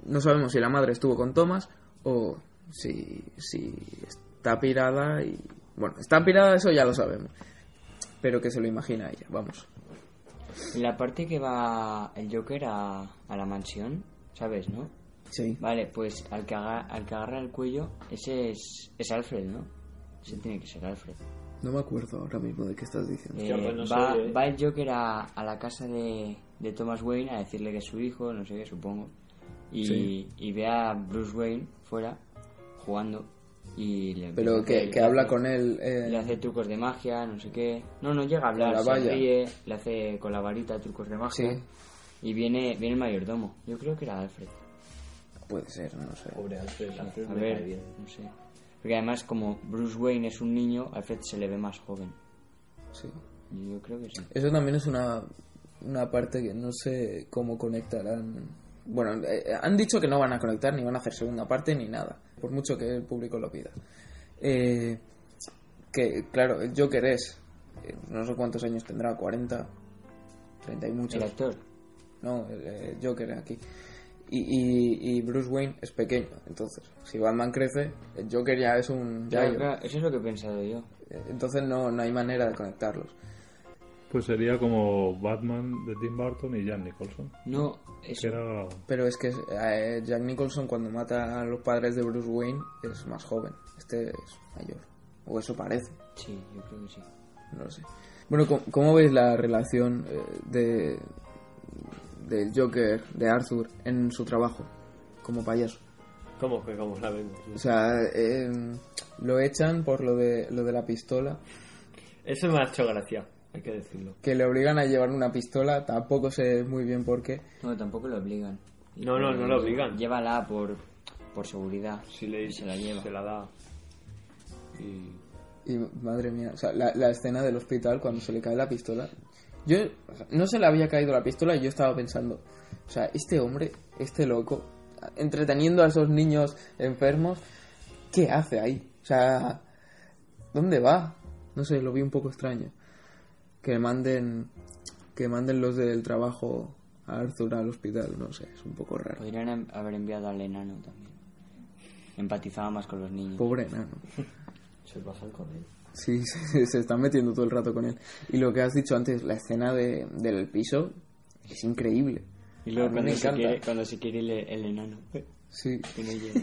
Speaker 1: No sabemos si la madre estuvo con Thomas o si, si está pirada y... Bueno, está pirada, eso ya lo sabemos. Pero que se lo imagina ella, vamos.
Speaker 2: La parte que va el Joker a, a la mansión, ¿sabes, no?
Speaker 1: Sí.
Speaker 2: Vale, pues al que, aga- al que agarra el cuello, ese es, es Alfred, ¿no? Ese tiene que ser Alfred.
Speaker 1: No me acuerdo ahora mismo de qué estás diciendo.
Speaker 2: Eh,
Speaker 9: pues no
Speaker 2: va,
Speaker 9: sé, eh.
Speaker 2: va el Joker a, a la casa de, de Thomas Wayne a decirle que es su hijo, no sé qué, supongo. Y,
Speaker 1: Sí.
Speaker 2: y ve a Bruce Wayne fuera, jugando. Y le
Speaker 1: Pero
Speaker 2: le-
Speaker 1: que,
Speaker 2: le
Speaker 1: que habla
Speaker 2: hace-
Speaker 1: con él... eh,
Speaker 2: Le hace trucos de magia, no sé qué. No, no llega a
Speaker 1: Con
Speaker 2: hablar,
Speaker 1: la
Speaker 2: se
Speaker 1: valla.
Speaker 2: ríe, le hace con la varita trucos de magia.
Speaker 1: Sí.
Speaker 2: Y viene, viene el mayordomo. Yo creo que era Alfred.
Speaker 1: Puede ser, no lo sé.
Speaker 9: Pobre Alfred, Alfred
Speaker 2: A
Speaker 9: me cae
Speaker 2: ver,
Speaker 9: bien.
Speaker 2: no sé. Porque además, como Bruce Wayne es un niño, Alfred se le ve más joven.
Speaker 1: Sí.
Speaker 2: Y Yo creo que sí.
Speaker 1: Eso también es una, una parte que no sé cómo conectarán. Bueno, eh, han dicho que no van a conectar, ni van a hacer segunda parte, ni nada, por mucho que el público lo pida. Eh, que, claro, el Joker es, eh, no sé cuántos años tendrá, 40, 30 y muchos.
Speaker 2: El actor.
Speaker 1: No, el, eh, Joker aquí. Y, y- y Bruce Wayne es pequeño, entonces, si Batman crece, el Joker ya es un...
Speaker 2: Claro,
Speaker 1: yayo.
Speaker 2: claro, eso es lo que he pensado yo.
Speaker 1: Eh, Entonces no, no hay manera de conectarlos.
Speaker 3: Pues sería como Batman de Tim Burton y Jan Nicholson.
Speaker 2: No,
Speaker 3: Que
Speaker 2: eso.
Speaker 3: era
Speaker 1: Pero es que eh, Jack Nicholson cuando mata a los padres de Bruce Wayne es más joven. Este es mayor. O eso parece.
Speaker 2: Sí, yo creo que sí.
Speaker 1: No lo sé. Bueno, ¿cómo, cómo veis la relación eh, de del Joker, de Arthur, en su trabajo como payaso?
Speaker 9: ¿Cómo que cómo la vemos?
Speaker 1: O sea, eh, lo echan por lo de, lo de la pistola.
Speaker 9: Eso me ha hecho gracia, hay que decirlo.
Speaker 1: Que le obligan a llevar una pistola. Tampoco sé muy bien por qué.
Speaker 2: No, tampoco lo obligan.
Speaker 9: No, no, no lo obligan.
Speaker 2: Llévala por, por seguridad.
Speaker 9: Si le
Speaker 2: Y se la lleva.
Speaker 9: se la da. Y
Speaker 1: Y madre mía, o sea, la, la escena del hospital cuando se le cae la pistola. Yo o sea, no se le había caído la pistola y yo estaba pensando, o sea, este hombre, este loco, entreteniendo a esos niños enfermos, ¿qué hace ahí? O sea, ¿dónde va? No sé, lo vi un poco extraño. Que manden que manden los del trabajo a Arthur al hospital, no sé, es un poco raro.
Speaker 2: Podrían em- haber enviado al enano también. Empatizaba más con los niños.
Speaker 1: Pobre enano.
Speaker 9: se pasan con él.
Speaker 1: Sí, se, se están metiendo todo el rato con él. Y lo que has dicho antes, la escena de, del piso es increíble.
Speaker 2: Y
Speaker 1: A
Speaker 2: luego
Speaker 1: mí
Speaker 2: cuando
Speaker 1: me
Speaker 2: se,
Speaker 1: encanta.
Speaker 2: quiere, cuando se quiere el, el enano.
Speaker 1: Sí,
Speaker 2: que no llega.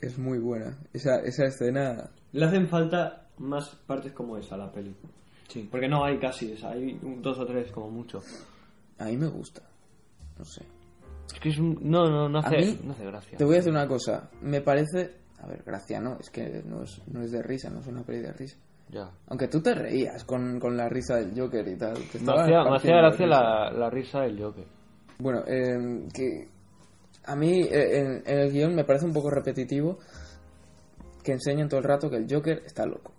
Speaker 1: es muy buena. Esa, esa escena...
Speaker 9: Le hacen falta más partes como esa a la peli.
Speaker 2: Sí.
Speaker 9: Porque no hay casi esa, hay un- dos o tres como mucho.
Speaker 1: A mí me gusta. No sé.
Speaker 9: Es que es un... No, no, no
Speaker 1: A
Speaker 9: hace,
Speaker 1: mí-
Speaker 9: no hace gracia.
Speaker 1: Te voy a decir una cosa. Me parece... A ver, gracia no. Es que no es, no es de risa, no es una peli de risa.
Speaker 9: Ya.
Speaker 1: Aunque tú te reías con, con la risa del Joker y tal. te
Speaker 9: Me
Speaker 1: estaba
Speaker 9: hacía, me hacía
Speaker 1: partiendo de
Speaker 9: gracia
Speaker 1: risa.
Speaker 9: la, la risa del Joker.
Speaker 1: Bueno, eh, que a mí eh, en, en el guión me parece un poco repetitivo que enseñen todo el rato que el Joker está loco.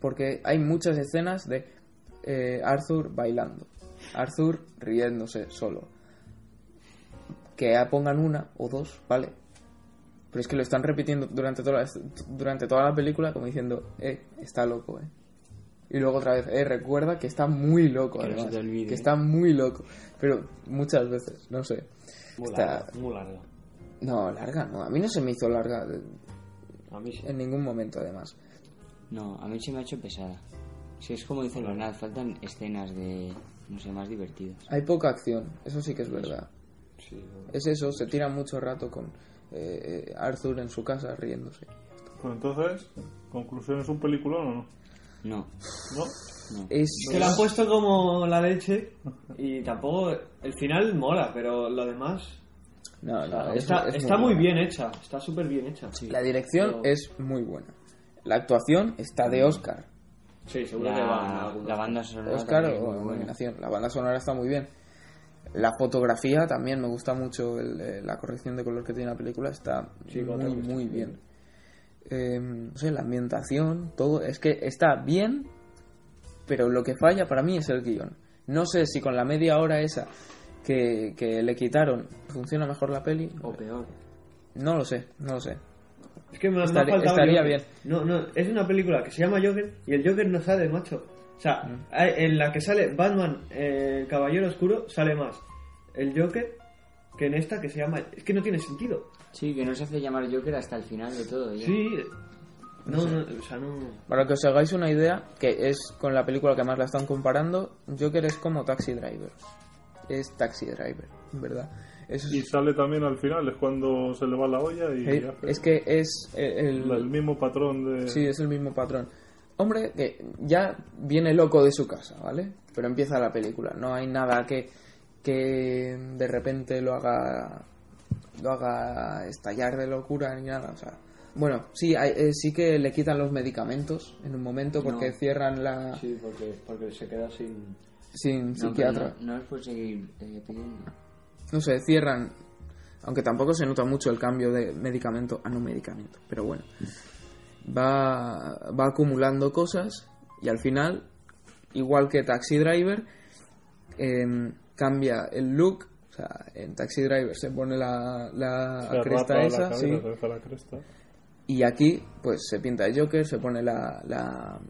Speaker 1: Porque hay muchas escenas de eh, Arthur bailando, Arthur riéndose solo. Que pongan una o dos, ¿vale? Pero es que lo están repitiendo durante toda la, durante toda la película como diciendo, eh, está loco, eh. Y luego otra vez, eh, recuerda que está muy loco,
Speaker 2: Que no
Speaker 1: además.
Speaker 2: se te olvide. eh".
Speaker 1: que está muy loco. Pero muchas veces, no sé.
Speaker 9: Muy
Speaker 1: Está-
Speaker 9: larga, muy larga.
Speaker 1: No, larga, no. A mí no se me hizo larga eh,
Speaker 9: A mí sí.
Speaker 1: en ningún momento, además.
Speaker 2: No, a mí se me ha hecho pesada. Si es como dice el Bernal, faltan escenas de, no sé, más divertidas.
Speaker 1: Hay poca acción, eso sí que es verdad.
Speaker 9: Sí, no.
Speaker 1: Es eso, se tira mucho rato con eh, eh, Arthur en su casa riéndose.
Speaker 3: Pues entonces, ¿conclusión es un peliculón o no?
Speaker 2: No,
Speaker 3: No.
Speaker 2: no.
Speaker 1: Es,
Speaker 4: Que la han puesto como la leche y tampoco... El final mola, pero lo demás...
Speaker 1: No, no, es-
Speaker 4: está
Speaker 1: Ah, es
Speaker 4: está muy,
Speaker 1: buena.
Speaker 4: bien hecha, está súper bien hecha.
Speaker 1: La dirección
Speaker 4: Pero-
Speaker 1: es muy buena. La actuación está
Speaker 9: Mm.
Speaker 1: de Oscar.
Speaker 4: Sí, seguro que van a
Speaker 2: La,
Speaker 4: algunos.
Speaker 2: la banda sonora
Speaker 1: Oscar
Speaker 2: también es
Speaker 1: Pues o
Speaker 2: muy buena.
Speaker 1: nominación. La banda sonora está muy bien. La fotografía también me gusta mucho. el, eh, la corrección de color que tiene la película está muy, muy bien. Eh, no sé, la ambientación, todo. Es que está bien, pero lo que falla para mí es el guión. No sé si con la media hora esa que, que le quitaron funciona mejor la peli.
Speaker 2: O peor.
Speaker 1: No lo sé, no lo sé.
Speaker 4: Es que me, me ha
Speaker 1: Estaría-
Speaker 4: faltado
Speaker 1: estaría
Speaker 4: Joker.
Speaker 1: bien.
Speaker 4: No, no, es una película que se llama Joker y el Joker no sale, macho. O sea, hay- en la que sale Batman, eh, Caballero Oscuro, sale más el Joker que en esta que se llama... Es que no tiene sentido.
Speaker 2: Sí, que no se hace llamar Joker hasta el final de todo. ¿eh? ya.
Speaker 4: Sí. No, no, o sea, no...
Speaker 1: Para que os hagáis una idea, que es con la película que más la están comparando, Joker es como Taxi Driver. Es Taxi Driver, ¿verdad? Eso
Speaker 3: Y
Speaker 1: es,
Speaker 3: sale también al final, es cuando se le va la olla y
Speaker 1: eh,
Speaker 3: hace
Speaker 1: es que es eh,
Speaker 3: el,
Speaker 1: el,
Speaker 3: mismo patrón de...
Speaker 9: Eh,
Speaker 1: Sí, es el mismo patrón. Hombre, que ya viene loco de su casa, ¿vale? Pero empieza la película. No hay nada que, que de repente lo haga lo haga estallar de locura ni nada. O sea, bueno, sí, hay- eh, sí que le quitan los medicamentos en un momento porque
Speaker 2: No.
Speaker 1: cierran la
Speaker 9: Sí, porque, porque se queda sin...
Speaker 1: sin
Speaker 2: No, pero
Speaker 1: psiquiatra.
Speaker 2: no, no os puedo seguir eh, pidiendo.
Speaker 1: no sé, cierran. Aunque tampoco se nota mucho el cambio de medicamento a no medicamento. Pero bueno. Va, va acumulando cosas y al final, igual que Taxi Driver, em, cambia el look. O sea, en Taxi Driver se pone la, la
Speaker 3: se
Speaker 1: cresta
Speaker 3: rapa la
Speaker 1: esa,
Speaker 3: cabeza,
Speaker 1: sí.
Speaker 3: se deja la cresta.
Speaker 1: Y aquí, pues se pinta de Joker, se pone la, la-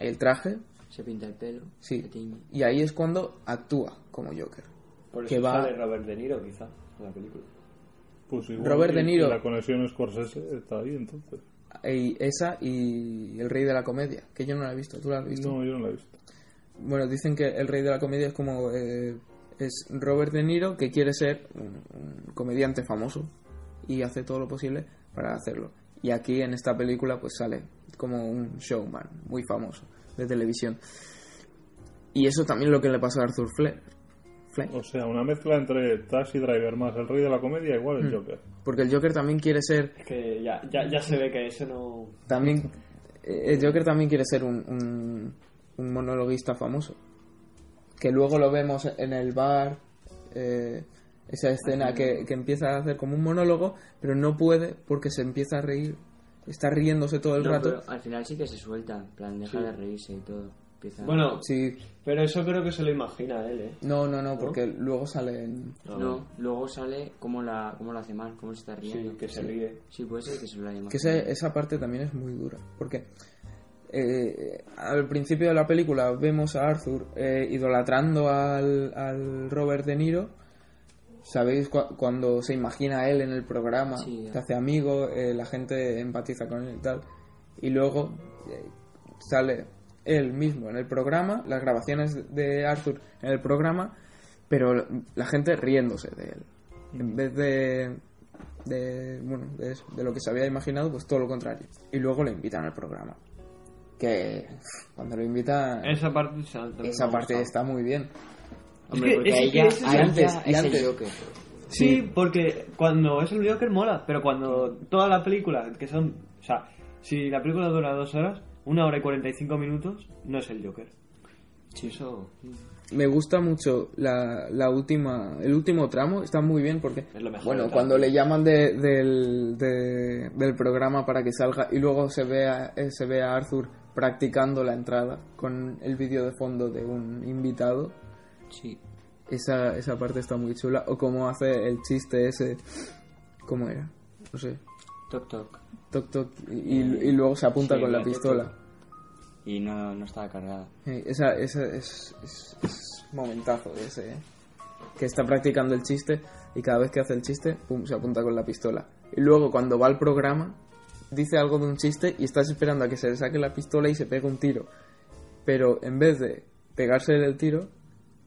Speaker 1: el traje,
Speaker 2: Se pinta el pelo,
Speaker 1: sí.
Speaker 2: se tiñe.
Speaker 1: Y ahí es cuando actúa como Joker.
Speaker 9: Por
Speaker 1: Que
Speaker 9: eso
Speaker 1: va-
Speaker 9: sale Robert De Niro, quizá, en la película.
Speaker 3: Pues igual,
Speaker 1: Robert
Speaker 3: y-
Speaker 1: De Niro.
Speaker 3: y La conexión Scorsese está ahí entonces.
Speaker 1: Y esa y El Rey de la Comedia, que yo no la he visto, ¿tú la has visto?
Speaker 3: No, yo no la he visto.
Speaker 1: Bueno, dicen que El Rey de la Comedia es como... eh, es Robert De Niro que quiere ser un, un comediante famoso y hace todo lo posible para hacerlo. Y aquí en esta película pues sale como un showman muy famoso de televisión. Y eso también es lo que le pasa a Arthur Fleck. Fleck.
Speaker 3: O sea, una mezcla entre Taxi Driver más el rey de la comedia igual
Speaker 1: Hmm.
Speaker 3: el Joker.
Speaker 1: Porque el Joker también quiere ser...
Speaker 4: Es que ya, ya, ya se ve que eso no...
Speaker 1: También, eh, el Joker también quiere ser un, un, un monologuista famoso. Que luego lo vemos en el bar, eh, esa escena que, que empieza a hacer como un monólogo, pero no puede porque se empieza a reír. Está riéndose todo el
Speaker 2: No,
Speaker 1: rato.
Speaker 2: pero al final sí que se suelta, en plan, deja de reírse y todo. Empieza...
Speaker 4: Bueno,
Speaker 1: Sí,
Speaker 4: pero eso creo que se lo imagina él, ¿eh?
Speaker 1: no, no, no, porque luego sale en-
Speaker 2: No, luego sale cómo la, cómo la hace mal, cómo se está riendo.
Speaker 9: Sí, que se ríe.
Speaker 2: Sí, puede ser que se lo haya
Speaker 1: Que
Speaker 2: imaginado.
Speaker 1: esa, esa parte también es muy dura, porque eh, al principio de la película vemos a Arthur eh, idolatrando al, al Robert De Niro. Sabéis Cu- cuando se imagina a él en el programa,
Speaker 2: Sí, ya.
Speaker 1: se hace amigo, eh, la gente empatiza con él y tal. Y luego eh, sale él mismo en el programa, las grabaciones de Arthur en el programa, pero la gente riéndose de él. En vez de de, bueno, de, eso, de lo que se había imaginado, pues todo lo contrario. Y luego le invitan al programa. Que cuando lo invitan,
Speaker 4: Esa parte... se la- también
Speaker 1: esa
Speaker 4: me ha
Speaker 1: parte
Speaker 4: gustado.
Speaker 1: está muy bien.
Speaker 2: Hombre,
Speaker 4: Es que-
Speaker 2: porque
Speaker 4: es que
Speaker 2: ahí ya-
Speaker 4: ese es
Speaker 2: ahí
Speaker 1: el-
Speaker 2: ya
Speaker 1: antes, y
Speaker 2: es el
Speaker 1: antes.
Speaker 2: Joker.
Speaker 4: Sí, porque cuando es el Joker mola, pero cuando toda la película, que son... O sea, si la película dura dos horas, una hora y 45 minutos, no es el Joker.
Speaker 2: Sí, eso...
Speaker 1: Me gusta mucho la, la última, el último tramo, está muy bien porque,
Speaker 9: Es lo mejor
Speaker 1: bueno,
Speaker 9: del
Speaker 1: cuando
Speaker 9: tramo.
Speaker 1: le llaman de- del, de- del programa para que salga y luego se ve a, eh, se ve a Arthur practicando la entrada con el vídeo de fondo de un invitado.
Speaker 2: Sí.
Speaker 1: Esa, esa parte está muy chula. O como hace el chiste ese. ¿Cómo era? No sé.
Speaker 2: Toc, toc.
Speaker 1: Toc, toc. Y, y luego se apunta
Speaker 2: Sí,
Speaker 1: con la
Speaker 2: la toc,
Speaker 1: pistola.
Speaker 2: Y no, no estaba cargada.
Speaker 1: Eh, Esa, esa es, es- es momentazo ese, ¿eh? Que está practicando el chiste y cada vez que hace el chiste, pum, se apunta con la pistola. Y luego cuando va al programa, dice algo de un chiste y estás esperando a que se le saque la pistola y se pegue un tiro. Pero en vez de pegarse el tiro,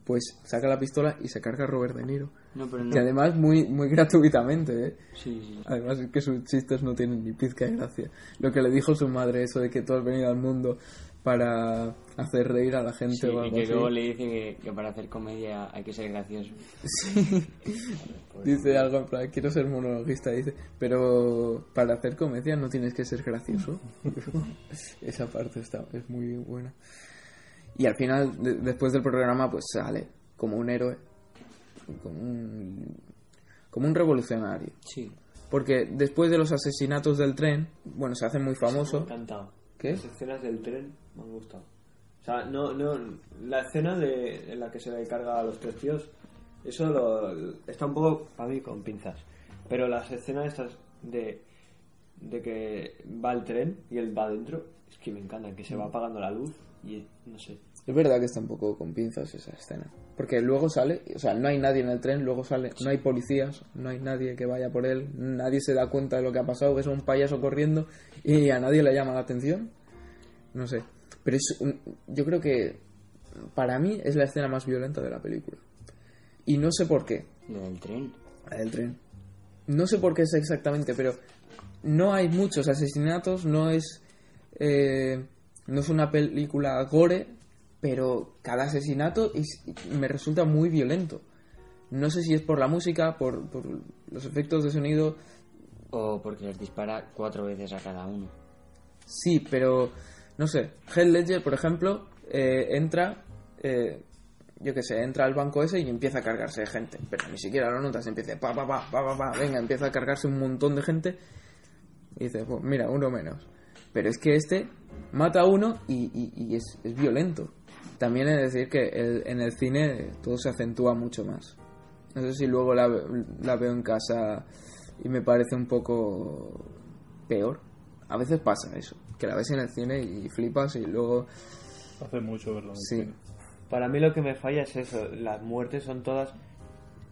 Speaker 1: pues saca la pistola y se carga a Robert De Niro.
Speaker 2: No, pero
Speaker 1: Y
Speaker 2: no.
Speaker 1: además muy, muy gratuitamente, ¿eh?
Speaker 2: Sí, sí.
Speaker 1: Además es que sus chistes no tienen ni pizca de gracia. Lo que le dijo su madre, eso de que tú has venido al mundo para hacer reír a la gente
Speaker 2: Sí,
Speaker 1: o
Speaker 2: y
Speaker 1: algo
Speaker 2: que
Speaker 1: así.
Speaker 2: luego le dice que, que para hacer comedia hay que ser gracioso.
Speaker 1: Dice algo en plan, quiero ser monologuista, dice, pero para hacer comedia no tienes que ser gracioso. Esa parte está, es muy buena. Y al final, de- después del programa, pues sale como un héroe, como un, como un revolucionario.
Speaker 2: Sí.
Speaker 1: Porque después de los asesinatos del tren, bueno, se hace muy famoso.
Speaker 4: Encantado.
Speaker 1: ¿Qué?
Speaker 4: Las escenas del tren me han gustado. O sea, no, no, la escena de, en la que se le carga a los tres tíos, eso lo- está un poco, para mí, con pinzas. Pero las escenas estas de
Speaker 9: de que va el tren y él va adentro. Es que me encanta, que se va apagando la luz y no sé.
Speaker 1: Es verdad que está un poco con pinzas esa escena. Porque luego sale, o sea, no hay nadie en el tren, luego sale, no hay policías, no hay nadie que vaya por él, nadie se da cuenta de lo que ha pasado, es un payaso corriendo y a nadie le llama la atención. No sé. Pero es, un- yo creo que para mí es la escena más violenta de la película. Y no sé por qué.
Speaker 2: Lo del tren.
Speaker 1: La del tren. No sé por qué es exactamente, pero no hay muchos asesinatos, no es. eh, no es una película gore, pero cada asesinato es- me resulta muy violento. No sé si es por la música, por, por los efectos de sonido,
Speaker 2: O porque les dispara cuatro veces a cada uno.
Speaker 1: sí, pero no sé. Head Ledger, por ejemplo, eh, entra, eh, yo qué sé, entra al banco ese y empieza a cargarse de gente. Pero ni siquiera lo notas, empieza pa, pa, pa, pa, pa, pa, venga, empieza a cargarse un montón de gente. Y dices, pues mira, uno menos. Pero es que este mata a uno y, y- y es, es violento. También es decir que el- en el cine todo se acentúa mucho más. No sé si luego la, ve- la veo en casa y me parece un poco peor. A veces pasa eso, que la ves en el cine y flipas y luego...
Speaker 3: Hace mucho verlo. en el
Speaker 1: Sí,
Speaker 3: cine.
Speaker 4: Para mí lo que me falla es eso. Las muertes son todas.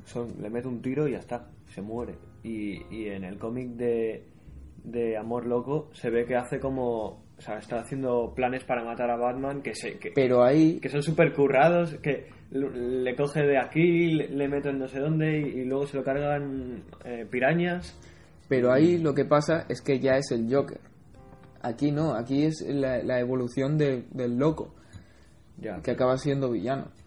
Speaker 4: Son, le meto un tiro y ya está. Se muere. Y, y en el cómic de, de Amor Loco se ve que hace como. O sea, está haciendo planes para matar a Batman que se. Que,
Speaker 1: pero ahí...
Speaker 4: que son súper currados, que l- le coge de aquí, le, le meto en no sé dónde y, y luego se lo cargan eh, pirañas.
Speaker 1: Pero ahí lo que pasa es que ya es el Joker. Aquí no, aquí es la, la evolución de- del loco,
Speaker 4: Ya,
Speaker 1: que acaba siendo villano.
Speaker 4: Ah,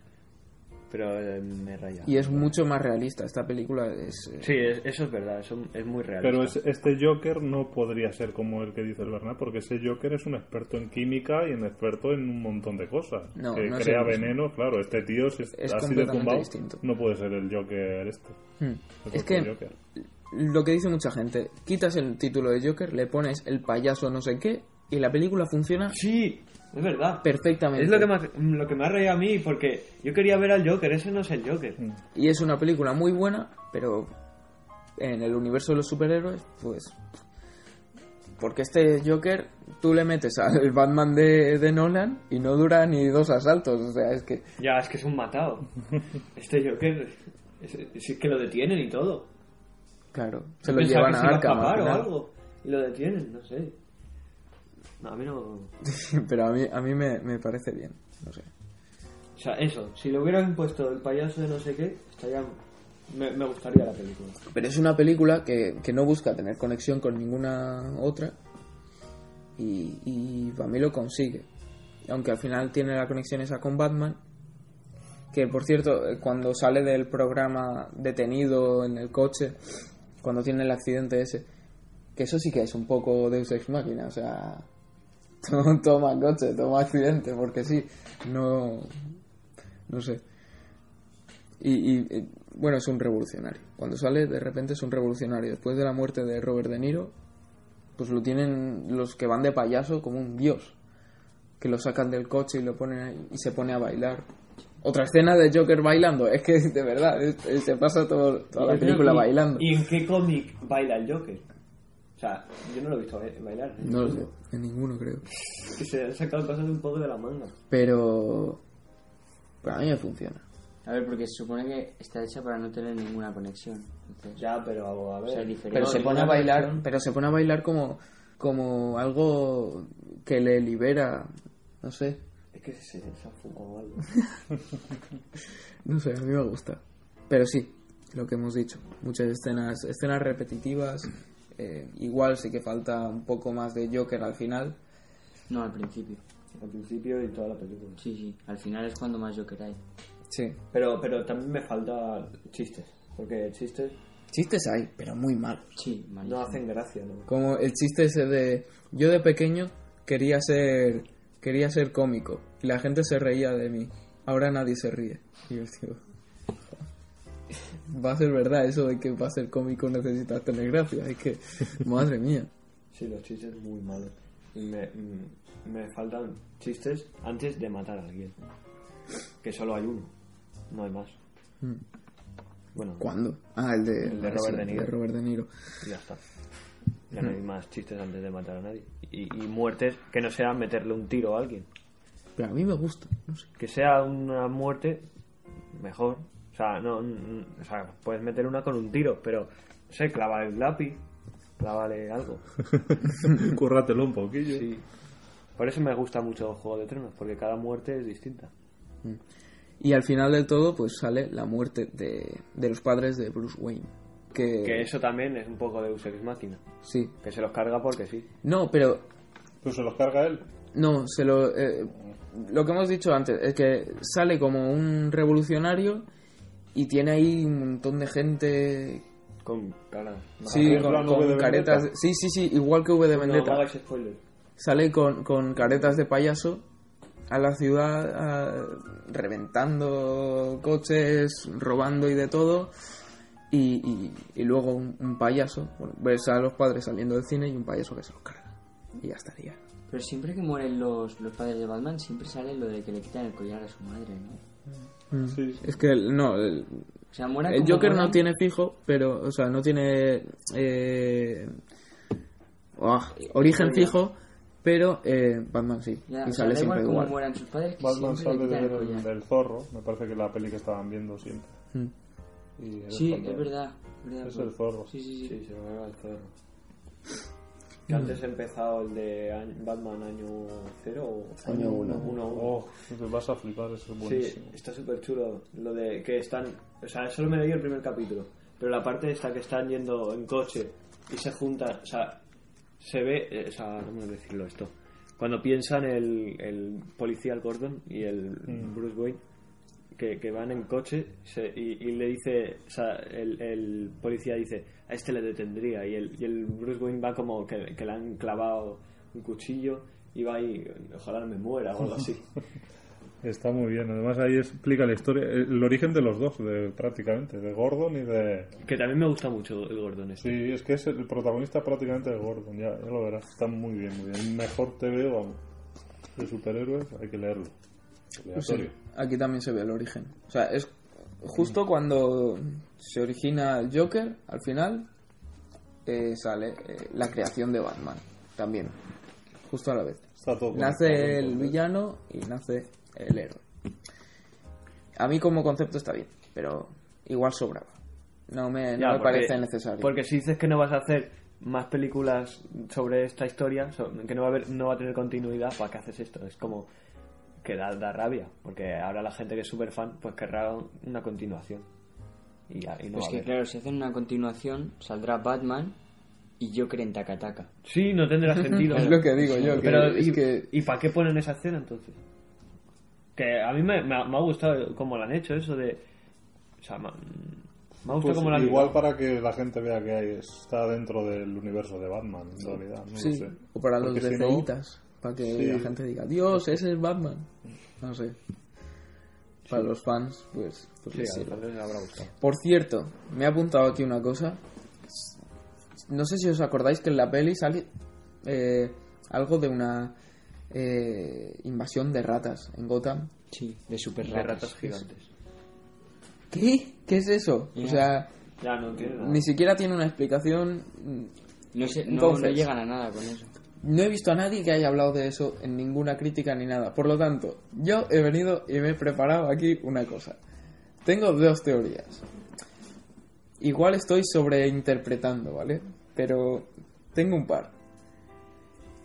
Speaker 4: pero eh, me raya.
Speaker 1: Y es mucho más realista, esta película es... eh,
Speaker 4: Sí, es- eso es verdad, eso es muy real.
Speaker 3: Pero es- este Joker no podría ser como el que dice el Bernat, porque ese Joker es un experto en química y un experto en un montón de cosas.
Speaker 1: No,
Speaker 3: que
Speaker 1: no es
Speaker 3: crea
Speaker 1: el mismo.
Speaker 3: veneno, claro. Este tío, si es
Speaker 1: Es
Speaker 3: así de
Speaker 1: completamente
Speaker 3: tumbado,
Speaker 1: distinto.
Speaker 3: no puede ser el Joker este.
Speaker 1: hmm.
Speaker 3: el
Speaker 1: Es
Speaker 3: propio
Speaker 1: que
Speaker 3: Joker.
Speaker 1: lo que dice mucha gente, quitas el título de Joker, le pones el payaso no sé qué y la película funciona
Speaker 4: Sí, es verdad.
Speaker 1: perfectamente.
Speaker 4: Es lo que, me, ha- lo que me ha reído a mí, porque yo quería ver al Joker, ese no es el Joker.
Speaker 1: Y es una película muy buena, pero en el universo de los superhéroes, pues... Porque este Joker, tú le metes al Batman de, de Nolan y no dura ni dos asaltos. O sea, es que...
Speaker 4: Ya, es que es un matado. Este Joker, es, es que lo detienen y todo.
Speaker 1: Claro, se lo
Speaker 4: Pensaba
Speaker 1: llevan
Speaker 4: que
Speaker 1: a
Speaker 4: se iba
Speaker 1: Arkham. al
Speaker 4: escapar o
Speaker 1: final.
Speaker 4: algo. Y lo detienen, no sé. No, a mí no...
Speaker 1: Pero a mí, a mí me, me parece bien. No sé.
Speaker 4: O sea, eso, si le hubieran puesto el payaso de no sé qué, estaría... Me, me gustaría la película.
Speaker 1: Pero es una película que, que no busca tener conexión con ninguna otra. Y, y para mí lo consigue. Aunque al final tiene la conexión esa con Batman. Que por cierto, eh, cuando sale del programa detenido en el coche, cuando tiene el accidente ese, que eso sí que es un poco Deus Ex Machina, o sea, to- toma coche, toma accidente, porque sí, no, no sé. Y, y, eh, bueno, es un revolucionario. Cuando sale, de repente es un revolucionario. Después de la muerte de Robert De Niro, pues lo tienen los que van de payaso como un dios. Que lo sacan del coche y lo ponen ahí, y se pone a bailar. Otra escena de Joker bailando. Es que de verdad, es- es- se pasa todo- toda la película
Speaker 4: ¿Y-
Speaker 1: bailando.
Speaker 4: ¿Y en qué cómic baila el Joker? O sea, yo no lo he visto ba- bailar. ¿eh?
Speaker 1: No lo sé, en ninguno creo.
Speaker 4: Que se han sacado cosas un poco de la manga.
Speaker 1: Pero. Para mí me funciona.
Speaker 2: A ver, porque se supone que está hecha para no tener ninguna conexión. Entonces,
Speaker 4: Ya, pero a ver...
Speaker 2: o sea, es
Speaker 1: Pero,
Speaker 2: diferente.
Speaker 1: se pone a bailar. Pero se pone a bailar como. como algo que le libera. No sé.
Speaker 4: Es que se, se ha fumado algo.
Speaker 1: No sé, a mí me gusta. Pero sí, lo que hemos dicho. Muchas escenas. escenas repetitivas. eh, igual sí que falta un poco más de Joker al final.
Speaker 2: No, al principio.
Speaker 4: Al principio y toda la película.
Speaker 2: Sí, sí. Al final es cuando más Joker hay.
Speaker 1: Sí.
Speaker 4: Pero, pero también me falta chistes. Porque chistes
Speaker 1: Chistes hay, pero muy malos.
Speaker 2: Sí, malísimo.
Speaker 4: no hacen gracia, ¿no?
Speaker 1: Como el chiste ese de yo de pequeño quería ser quería ser cómico y la gente se reía de mí. Ahora nadie se ríe. Y yo, tío, va a ser verdad eso de que para ser cómico necesitas tener gracia, es que madre mía.
Speaker 4: Sí, los chistes muy malos. Y Me, mm, me faltan chistes antes de matar a alguien. Que solo hay uno. No hay más.
Speaker 1: Mm.
Speaker 4: Bueno,
Speaker 1: ¿Cuándo? Ah, el de,
Speaker 4: El de Robert De Niro.
Speaker 1: Robert De Niro.
Speaker 4: ya está. Ya no hay más chistes antes de matar a nadie. Y, y muertes que no sean meterle un tiro a alguien.
Speaker 1: Pero a mí me gusta, no sé.
Speaker 4: Que sea una muerte mejor. O sea, no, n- o sea, puedes meter una con un tiro, pero no sé, clávale el lápiz, clávale algo.
Speaker 3: Currátelo un poquillo.
Speaker 4: Sí. Por eso me gusta mucho el Juego de Tronos, porque cada muerte es distinta.
Speaker 1: Y al final del todo, pues sale la muerte de, de los padres de Bruce Wayne. Que,
Speaker 4: Que eso también es un poco de Ex Máquina.
Speaker 1: Sí.
Speaker 4: Que se los carga porque sí.
Speaker 1: No, pero
Speaker 3: Pues se los carga él.
Speaker 1: No, se lo. eh, lo que hemos dicho antes es que sale como un revolucionario y tiene ahí un montón de gente.
Speaker 4: Con cara.
Speaker 1: Sí,
Speaker 3: en
Speaker 1: con,
Speaker 3: plan
Speaker 1: con
Speaker 3: V de
Speaker 1: caretas.
Speaker 3: Vendetta.
Speaker 1: Sí, sí, sí, igual que V de Vendetta.
Speaker 9: No hagáis spoiler.
Speaker 1: Sale con, con caretas de payaso a la ciudad ah, reventando coches, robando y de todo. Y, y- y luego un, un payaso. Bueno, ves a los padres saliendo del cine y un payaso que se los carga. Y ya estaría.
Speaker 2: Pero siempre que mueren los, los padres de Batman, siempre sale lo de que le quitan el collar a su madre, ¿no?
Speaker 1: Mm.
Speaker 3: Sí.
Speaker 1: Es que el- no, el-
Speaker 2: O sea, muera
Speaker 1: El
Speaker 2: como
Speaker 1: Joker no
Speaker 2: mueran,
Speaker 1: tiene fijo, pero, o sea, no tiene eh, ah, origen fijo, pero eh, Batman sí.
Speaker 2: ya, o
Speaker 1: y
Speaker 2: sea,
Speaker 1: sale
Speaker 2: da
Speaker 1: siempre
Speaker 2: igual.
Speaker 1: igual.
Speaker 2: Como mueran sus padres, que
Speaker 3: Batman
Speaker 2: siempre
Speaker 3: sale
Speaker 2: le quitan el
Speaker 3: del,
Speaker 2: collar.
Speaker 3: del zorro. Me parece que la peli que estaban viendo siempre.
Speaker 1: Mm.
Speaker 3: Y es
Speaker 2: Sí,
Speaker 3: cuando-
Speaker 2: es verdad. verdad,
Speaker 3: Es
Speaker 2: pues.
Speaker 3: el zorro.
Speaker 2: Sí, sí, sí.
Speaker 9: Sí, se lo carga el zorro. Que antes he empezado el de año- Batman año 0 o
Speaker 1: Año uno.
Speaker 9: uno, uno.
Speaker 3: Oh, te vas a flipar, eso es
Speaker 9: Sí,
Speaker 3: buenísimo.
Speaker 9: está súper chulo lo de que están... O sea, solo me leí el primer capítulo, pero la parte esta que están yendo en coche y se juntan, o sea, se ve... eh, O sea, no me decirlo esto. Cuando piensan el, el policía, el Gordon y el
Speaker 3: Mm.
Speaker 9: Bruce Wayne, que, que van en coche se- y, y le dice, o sea, el, el policía dice, a este le detendría y el, y el Bruce Wayne va como que, que le han clavado un cuchillo y va ahí, ojalá no me muera o algo así.
Speaker 3: Está muy bien. Además, ahí explica la historia, el origen de los dos, de- prácticamente, de Gordon y de.
Speaker 9: que también me gusta mucho el Gordon este.
Speaker 3: Sí, es que es el protagonista prácticamente de Gordon, ya, ya lo verás. Está muy bien, muy bien. Mejor te veo, vamos. De superhéroes, hay que leerlo. Obligatorio.
Speaker 1: Pues Sí, aquí también se ve el origen. O sea, es justo cuando se origina el Joker, al final eh, sale eh, la creación de Batman. También, justo a la vez.
Speaker 3: Está todo conectado,
Speaker 1: Nace el
Speaker 3: entonces.
Speaker 1: villano y nace el héroe. A mí como concepto está bien, pero igual sobraba. No me, no
Speaker 4: Ya,
Speaker 1: me
Speaker 4: porque-
Speaker 1: parece necesario.
Speaker 4: Porque si dices que no vas a hacer más películas sobre esta historia, so- que no va a haber, no va a tener continuidad, ¿para qué haces esto? Es como que da, da rabia, porque ahora la gente que es súper fan, pues querrá una continuación. Y, ya- y no
Speaker 2: Pues
Speaker 4: va a
Speaker 2: que
Speaker 4: haber.
Speaker 2: claro, si hacen una continuación, saldrá Batman y Joker en Takataka.
Speaker 4: Sí, no tendrá sentido.
Speaker 1: Es lo que digo yo, que
Speaker 4: Pero,
Speaker 1: es
Speaker 4: ¿y,
Speaker 1: que-
Speaker 4: para qué ponen esa escena entonces? Que a mí me, me ha, me ha gustado cómo la han hecho, eso de... O sea, me, ha- me ha gustado
Speaker 3: Pues
Speaker 4: cómo la han
Speaker 3: igual
Speaker 4: llevado.
Speaker 3: para que la gente vea que hay- está dentro del universo de Batman, en realidad. No
Speaker 1: Sí,
Speaker 3: lo sé.
Speaker 1: o para los
Speaker 3: Porque si no-
Speaker 1: DCitas, para que
Speaker 3: Sí.
Speaker 1: la gente diga, Dios, ese es Batman. No sé. Para los fans, pues, pues
Speaker 4: Sí,
Speaker 1: les
Speaker 4: a los
Speaker 1: sirve.
Speaker 4: fans les habrá gustado.
Speaker 1: Por cierto, me he apuntado aquí una cosa. No sé si os acordáis que en la peli sale eh, algo de una eh, invasión de ratas en Gotham.
Speaker 2: Sí, de super
Speaker 4: De ratas gigantes.
Speaker 1: ¿Qué? ¿Qué es eso? O sea,
Speaker 9: Ya, no tiene nada.
Speaker 1: ni siquiera tiene una explicación.
Speaker 2: No, sé, no,
Speaker 1: Entonces-
Speaker 2: no llegan a nada con eso.
Speaker 1: No he visto a nadie que haya hablado de eso en ninguna crítica ni nada. Por lo tanto, yo he venido y me he preparado aquí una cosa. Tengo dos teorías. Igual estoy sobreinterpretando, ¿vale? Pero tengo un par.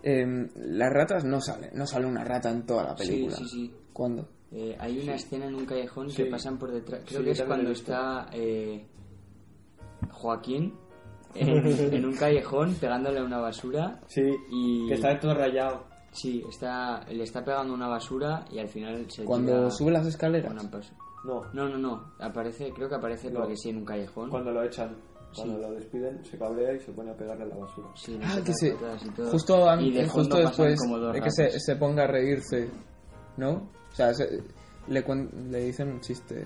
Speaker 1: Em, las ratas no salen, no sale una rata en toda la
Speaker 2: Sí,
Speaker 1: película.
Speaker 2: sí, sí.
Speaker 1: ¿Cuándo?
Speaker 2: Eh, hay una escena en un callejón
Speaker 9: Sí.
Speaker 2: que pasan por detrás. Creo
Speaker 9: Sí,
Speaker 2: que es
Speaker 9: también lo he
Speaker 2: cuando
Speaker 9: visto.
Speaker 2: está eh, Joaquín en, en un callejón pegándole a una basura.
Speaker 9: Sí,
Speaker 2: Y
Speaker 9: que está todo rayado.
Speaker 2: sí, está, le está pegando una basura y al final se
Speaker 1: Cuando
Speaker 2: tira
Speaker 1: sube las escaleras.
Speaker 2: una pas-
Speaker 9: No,
Speaker 2: No, no, no. Aparece, creo que aparece
Speaker 9: No.
Speaker 2: porque sí en un callejón.
Speaker 9: cuando lo echan, cuando
Speaker 2: Sí.
Speaker 9: lo despiden, se cablea y se pone a pegarle a la basura.
Speaker 2: Sí,
Speaker 1: Ah,
Speaker 2: no
Speaker 1: que
Speaker 2: sé
Speaker 1: se,
Speaker 2: cuántas y todo.
Speaker 1: justo, an- eh,
Speaker 2: Y de fondo
Speaker 1: justo
Speaker 2: pasan
Speaker 1: después
Speaker 2: como dos
Speaker 1: de que se,
Speaker 2: ratas.
Speaker 1: se ponga a reírse, ¿no? O sea, se- le, cuen- le dicen un chiste.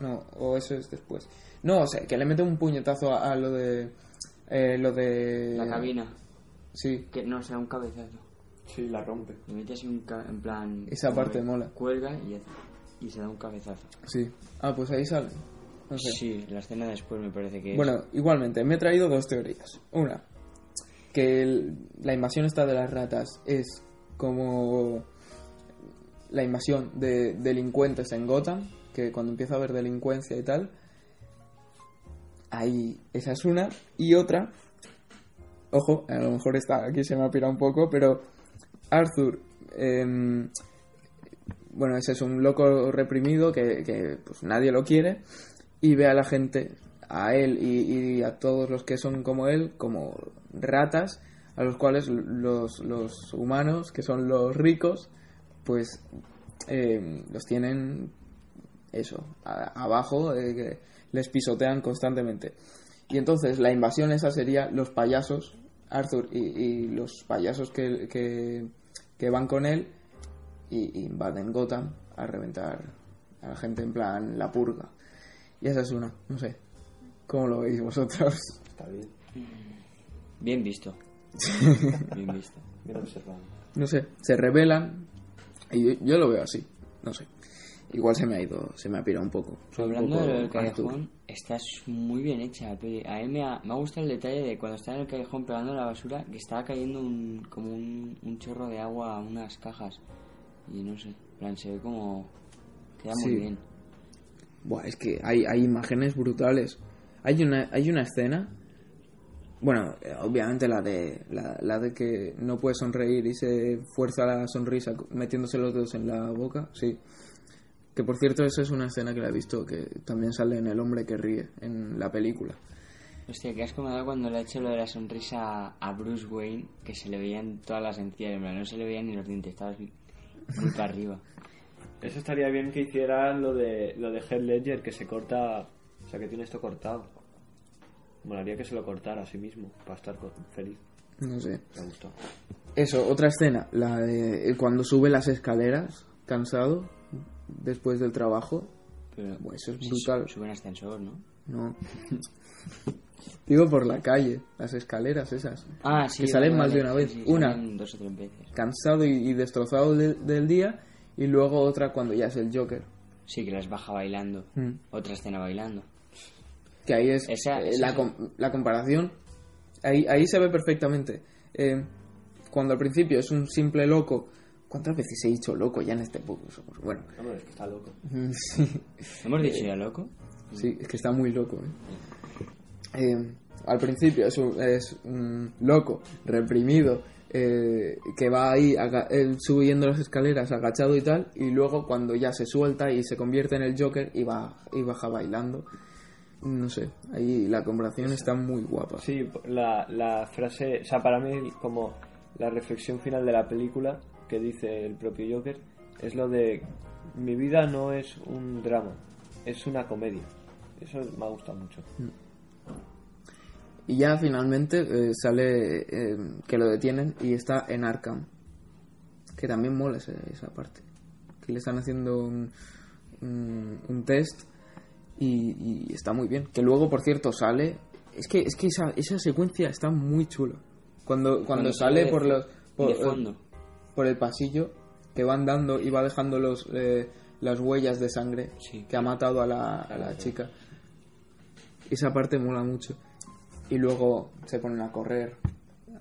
Speaker 1: No, o eso es después. No, o sea, que le mete un puñetazo a, a lo de... eh, lo de...
Speaker 2: La cabina.
Speaker 1: Sí,
Speaker 2: Que no, sea un cabezazo.
Speaker 9: Sí, la rompe.
Speaker 2: Le metes un ca- en plan...
Speaker 1: Esa
Speaker 2: como
Speaker 1: parte
Speaker 2: que
Speaker 1: mola.
Speaker 2: Cuelga y, hace- y se da un cabezazo.
Speaker 1: sí. Ah, pues ahí sale. No sé.
Speaker 2: Sí, la escena después me parece que es.
Speaker 1: Bueno, igualmente, me he traído dos teorías. Una, que el- la invasión esta de las ratas es como la invasión de delincuentes en Gotham, que cuando empieza a haber delincuencia y tal, ahí esa es una. Y otra, ojo, a lo mejor está, aquí se me ha pirado un poco, pero Arthur, em, bueno, ese es un loco reprimido que, que, pues, nadie lo quiere y ve a la gente, a él y, y a todos los que son como él, como ratas, a los cuales los, los humanos, que son los ricos, pues em, los tienen eso, a- abajo, eh, que les pisotean constantemente. Y entonces la invasión esa sería los payasos, Arthur y, y los payasos que, que, que van con él y, y invaden Gotham a reventar a la gente en plan la purga. Y esa es una, no sé, ¿cómo lo veis vosotros?
Speaker 9: Está bien,
Speaker 2: Bien visto. Bien visto.
Speaker 9: bien observado.
Speaker 1: No sé, se rebelan y yo, yo lo veo así, no sé. Igual se me ha ido, se me ha pirado un poco. Soy un
Speaker 2: Hablando
Speaker 1: poco
Speaker 2: de lo del
Speaker 1: Arthur.
Speaker 2: callejón, está muy bien hecha la peli. A mí me ha, me ha gustado el detalle de cuando estaba en el callejón pegando la basura, que estaba cayendo un, como un, un chorro de agua a unas cajas. Y no sé, en plan, se ve como... Queda
Speaker 1: Sí.
Speaker 2: muy bien.
Speaker 1: Buah, es que hay, hay imágenes brutales. Hay una, hay una escena. Bueno, eh, obviamente la de, la, la de que no puede sonreír y se fuerza la sonrisa co- metiéndose los dedos en la boca, sí. Que por cierto, esa es una escena que la he visto que también sale en El hombre que ríe, en la película.
Speaker 2: Hostia, qué asco me ha dado cuando le ha hecho lo de la sonrisa a Bruce Wayne, que se le veían todas las encías, en plan, no se le veían ni los dientes, estaba así, muy para arriba.
Speaker 9: Eso estaría bien que hicieran lo de, lo de Head Ledger, que se corta, o sea, que tiene esto cortado. Molaría que se lo cortara a sí mismo, para estar co- feliz.
Speaker 1: No sé.
Speaker 9: Me gustó.
Speaker 1: Eso, otra escena, la de eh, cuando sube las escaleras, cansado, después del trabajo.
Speaker 2: Pero
Speaker 1: Buah, eso es
Speaker 2: sí,
Speaker 1: brutal.
Speaker 2: su- Sube en ascensor, ¿no?
Speaker 1: No. Digo por la calle, las escaleras esas.
Speaker 2: Ah, sí.
Speaker 1: Que salen
Speaker 2: vale,
Speaker 1: más de
Speaker 2: vale,
Speaker 1: una
Speaker 2: sí,
Speaker 1: vez.
Speaker 2: sí,
Speaker 1: Una.
Speaker 2: salen dos o tres veces.
Speaker 1: Cansado y, y destrozado de- del día. Y luego otra cuando ya es el Joker.
Speaker 2: Sí, que las baja bailando.
Speaker 1: Mm.
Speaker 2: Otra escena bailando.
Speaker 1: Que ahí es
Speaker 2: Esa-
Speaker 1: eh,
Speaker 2: esa
Speaker 1: la,
Speaker 2: sí.
Speaker 1: com- la comparación. Ahí, ahí se ve perfectamente. Eh, cuando al principio es un simple loco. ¿Cuántas veces he dicho loco ya en este podcast? Bueno,
Speaker 9: Hombre, es que está loco.
Speaker 1: sí.
Speaker 2: ¿Hemos dicho
Speaker 1: Eh,
Speaker 2: ya loco?
Speaker 1: Sí, es que está muy loco. ¿eh? Eh, al principio es un, es un loco, reprimido, eh, que va ahí aga- él subiendo las escaleras agachado y tal, y luego cuando ya se suelta y se convierte en el Joker y, va, y baja bailando. No sé, ahí la comparación está muy guapa.
Speaker 9: Sí, la, la frase, o sea, para mí como la reflexión final de la película que dice el propio Joker es lo de mi vida no es un drama, es una comedia. Eso me ha gustado mucho.
Speaker 1: Y ya finalmente eh, sale eh, que lo detienen y está en Arkham. Que también mola esa, esa parte. Que le están haciendo un, un- un test y, y está muy bien. Que luego, por cierto, sale... Es que, es que esa, esa secuencia está muy chula. Cuando, cuando,
Speaker 2: Cuando
Speaker 1: sale
Speaker 2: sale
Speaker 1: por
Speaker 2: de-
Speaker 1: los... Por, eh,
Speaker 2: de fondo.
Speaker 1: por el pasillo que va andando y va dejando los, eh, las huellas de sangre
Speaker 2: Sí.
Speaker 1: que ha matado a la, a la chica. Esa parte mola mucho. Y luego se ponen a correr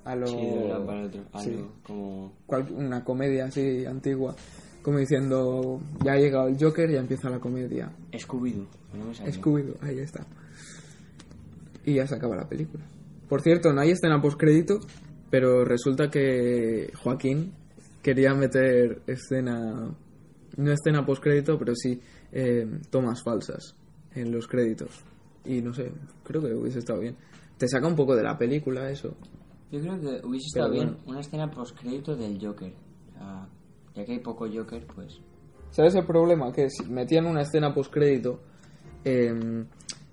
Speaker 1: a lo...
Speaker 2: Sí, de un lado para el otro.
Speaker 1: Oh, Sí.
Speaker 2: Algo como...
Speaker 1: Cual- una comedia así antigua. Como diciendo, ya ha llegado el Joker, ya empieza la comedia.
Speaker 2: Scooby-Doo. No me salía.
Speaker 1: Scooby-Doo, ahí está. Y ya se acaba la película. Por cierto, no hay escena postcrédito, pero resulta que Joaquín quería meter escena. No escena postcrédito, pero sí eh, tomas falsas en los créditos. Y no sé, creo que hubiese estado bien. Te saca un poco de la película eso.
Speaker 2: Yo creo que hubiese estado
Speaker 1: Pero
Speaker 2: bien
Speaker 1: bueno.
Speaker 2: una escena post-crédito del Joker. Ah, ya que hay poco Joker, pues...
Speaker 1: ¿Sabes el problema? Que si metían una escena postcrédito, eh,